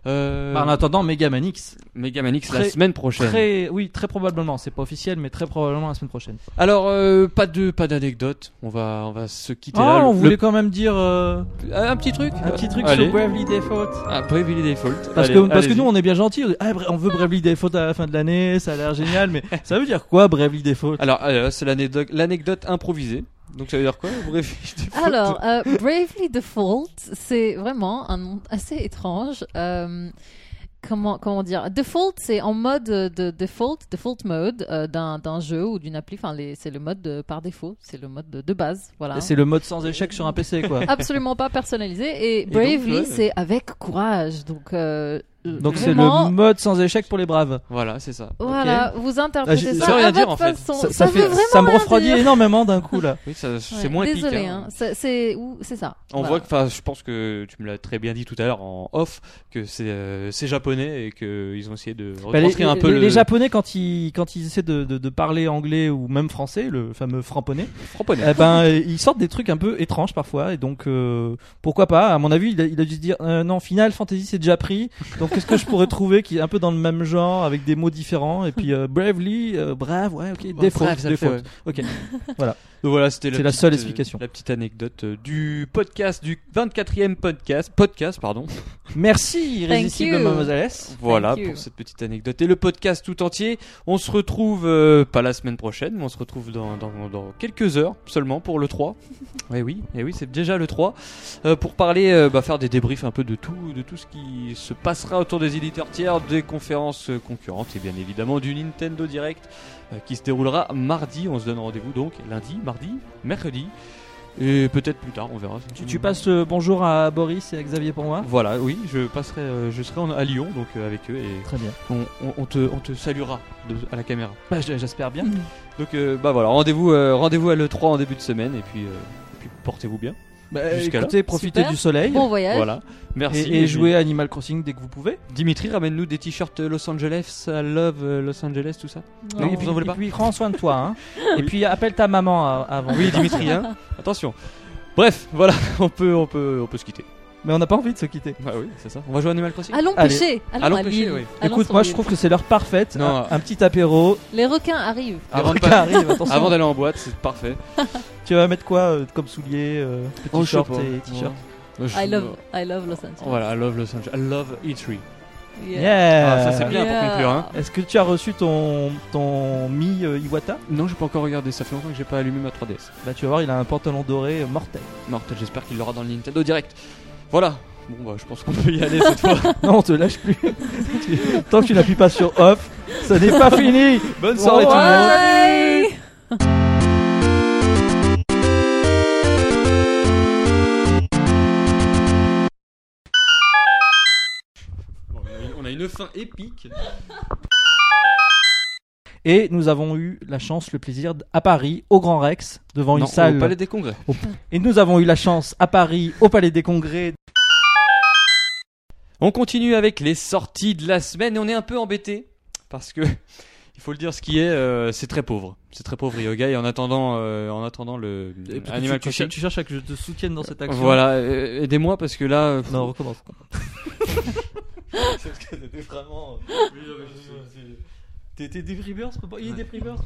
A: euh,
B: Bah, en attendant, Megaman X.
A: Megaman X la
B: très-
A: semaine prochaine.
B: Très, oui, très probablement. C'est pas officiel, mais très probablement la semaine prochaine.
A: Alors euh, pas de pas d'anecdote. On va on va se quitter
B: Ah,
A: là.
B: on
A: Le-
B: voulait quand même dire euh,
A: Euh, Un petit truc
B: un petit truc
A: Allez.
B: sur Bravely Default.
A: Après Billy Default.
B: Parce,
A: Allez,
B: que, parce que
A: allez-y.
B: nous, on est bien gentils. On, dit, Ah, Bra- on veut Bravely Default à la fin de l'année, ça a l'air génial, mais [laughs] ça veut dire quoi, Bravely Default
A: Alors, euh, c'est l'anecdote, l'anecdote improvisée. Donc ça veut dire quoi Bref, je défaute.
C: Alors,
B: [laughs]
C: euh, Bravely Default, c'est vraiment un nom assez étrange. Euh, comment, comment dire Default, c'est en mode euh, de default, default mode euh, d'un, d'un jeu ou d'une appli. Enfin, les- c'est le mode de- par défaut, c'est le mode de, de base. Voilà.
B: C'est le mode sans échec sur un PC, quoi.
C: Absolument pas personnalisé. Et
A: donc,
C: Bravely,
A: ouais.
C: c'est avec courage. Donc, euh,
B: Donc c'est
C: vraiment,
B: le mode sans échec pour les braves.
A: voilà, c'est ça.
C: Voilà, vous interprétez
B: Ah, j'ai-
C: ça.
A: ça veut rien
C: à votre
A: dire, en fait.
C: façon.
B: Ça, ça
C: Ça veut
B: fait,
C: vraiment
B: ça me
C: rien
B: refroidit
C: dire.
B: énormément d'un coup, là.
A: Oui, ça, c'est
C: Ouais,
A: moins épique.
C: Désolé,
A: hein.
C: hein. c'est, c'est, ou- c'est ça.
A: On
C: Voilà.
A: voit que, enfin, je pense que tu me l'as très bien dit tout à l'heure en off, que c'est, euh, c'est japonais et qu'ils ont essayé de
B: Bah, les,
A: [laughs] retranscrire un peu
B: les-
A: le
B: les Japonais, quand ils, quand ils essaient de, de- de parler anglais ou même français, le fameux framponné,
A: japonais.
B: eh ben, euh, ils sortent des trucs un peu étranges parfois. Et donc, euh, pourquoi pas À mon avis, il a, il a dû se dire euh, non, Final Fantasy c'est déjà pris, donc qu'est-ce que je pourrais trouver qui est un peu dans le même genre avec des mots différents et puis euh, bravely, euh, brave, ouais, ok, default,
A: Bref, ça le fait,
B: default.
A: ouais.
B: Ok.
A: [laughs] Donc voilà, c'était
B: C'est la
A: petite,
B: seule
A: euh,
B: explication.
A: La petite anecdote euh, du podcast, du 24e podcast, podcast, pardon.
B: Merci, irrésistible
C: you.
B: mademoiselle.
A: Voilà
C: you.
A: pour cette petite anecdote et le podcast tout entier. On se retrouve euh, pas la semaine prochaine, mais on se retrouve dans, dans- dans quelques heures seulement pour le
B: [laughs]
A: 3. et oui, et oui, c'est déjà le 3 euh, pour parler, euh, bah, faire des débriefs un peu de tout, de tout ce qui se passera autour des éditeurs tiers, des conférences euh, concurrentes et bien évidemment du Nintendo Direct euh, qui se déroulera mardi. On se donne rendez-vous donc lundi, mardi, mercredi et peut-être plus tard, on verra.
B: Tu, tu passes le bonjour à Boris et à Xavier pour moi
A: Voilà, oui, je passerai, euh, je serai en- à Lyon donc euh, avec eux et
B: Très bien.
A: on, on- on te, on te saluera de- à la caméra.
B: Bah, j- J'espère bien.
A: Donc euh, bah voilà, rendez-vous euh, rendez-vous à l'E3 en début de semaine et puis, euh, et puis portez-vous bien.
B: Bah,
A: Jusqu'à là.
B: écoutez, profitez
C: Super.
B: du soleil.
C: Bon voyage.
A: Voilà. Merci.
B: Et, et jouez à Animal Crossing dès que vous pouvez.
A: Dimitri, ramène-nous des t-shirts euh, Los Angeles, I love euh, Los Angeles, tout ça. Non,
B: Et
A: vous
B: puis-
A: en voulez
B: et
A: pas
B: puis prends soin de toi. hein. Et
A: Oui.
B: puis appelle ta maman euh, avant.
A: Oui, Dimitri, [laughs] hein. Attention. Bref, voilà, [laughs] on peut, on peut, on peut se quitter.
B: Mais on n'a pas envie de se quitter.
A: Bah oui, c'est ça. On va jouer à Animal Crossing.
C: Allons
B: Allez.
C: pêcher. Allons,
A: Allons
C: à
A: pêcher,
C: l'île.
A: oui.
C: Allons
B: Écoute,
C: sur
B: moi
C: l'île.
B: je trouve que c'est l'heure parfaite.
A: Non.
B: Un, un petit apéro.
C: Les requins arrivent.
A: Avant de
B: Quelqu'un
A: pas-
B: arrive, attention.
A: Avant d'aller en boîte, c'est parfait.
B: Tu vas mettre quoi euh, comme soulier euh, Petit
A: Oh, je sais
B: short
A: pas.
B: et t-shirt.
A: Ouais. Je-
C: I love, I love Los Angeles.
A: Voilà, I love Los Angeles. I love E E3.
C: Yeah.
B: Yeah.
A: Ah, ça c'est bien
C: Yeah.
A: pour conclure. Hein.
B: Est-ce que tu as reçu ton, ton Mi euh, Iwata
A: Non, j'ai pas encore regardé. Ça fait longtemps que j'ai pas allumé ma 3DS.
B: Bah tu vas voir, il a un pantalon doré euh, mortel.
A: Mortel, j'espère qu'il l'aura dans le Nintendo Direct. Voilà. Bon bah je pense qu'on peut y aller
B: [laughs]
A: cette fois.
B: non, on te lâche plus. [laughs] Tu- Tant que tu n'appuies pas sur off, ça n'est pas fini.
A: Bonne
B: soirée, tout le monde.
C: Bye.
A: On a une fin épique.
B: Et nous avons eu la chance, le plaisir d- à Paris, au Grand Rex, devant une salle.
A: au Palais des Congrès.
B: Et nous avons eu la chance à Paris, au Palais des Congrès.
A: On continue avec les sorties de la semaine et on est un peu embêté parce que [laughs] il faut le dire ce qui est, euh, c'est très pauvre. C'est très pauvre Yoga et en attendant, euh, en attendant le Animal
B: tu,
A: Crossing.
B: cherches à que je te soutienne dans cette action.
A: Voilà, euh, aidez-moi parce que là. euh,
B: Non, recommence. [laughs] euh, T'es déprimeur, c'est pas... Il est déprimeur,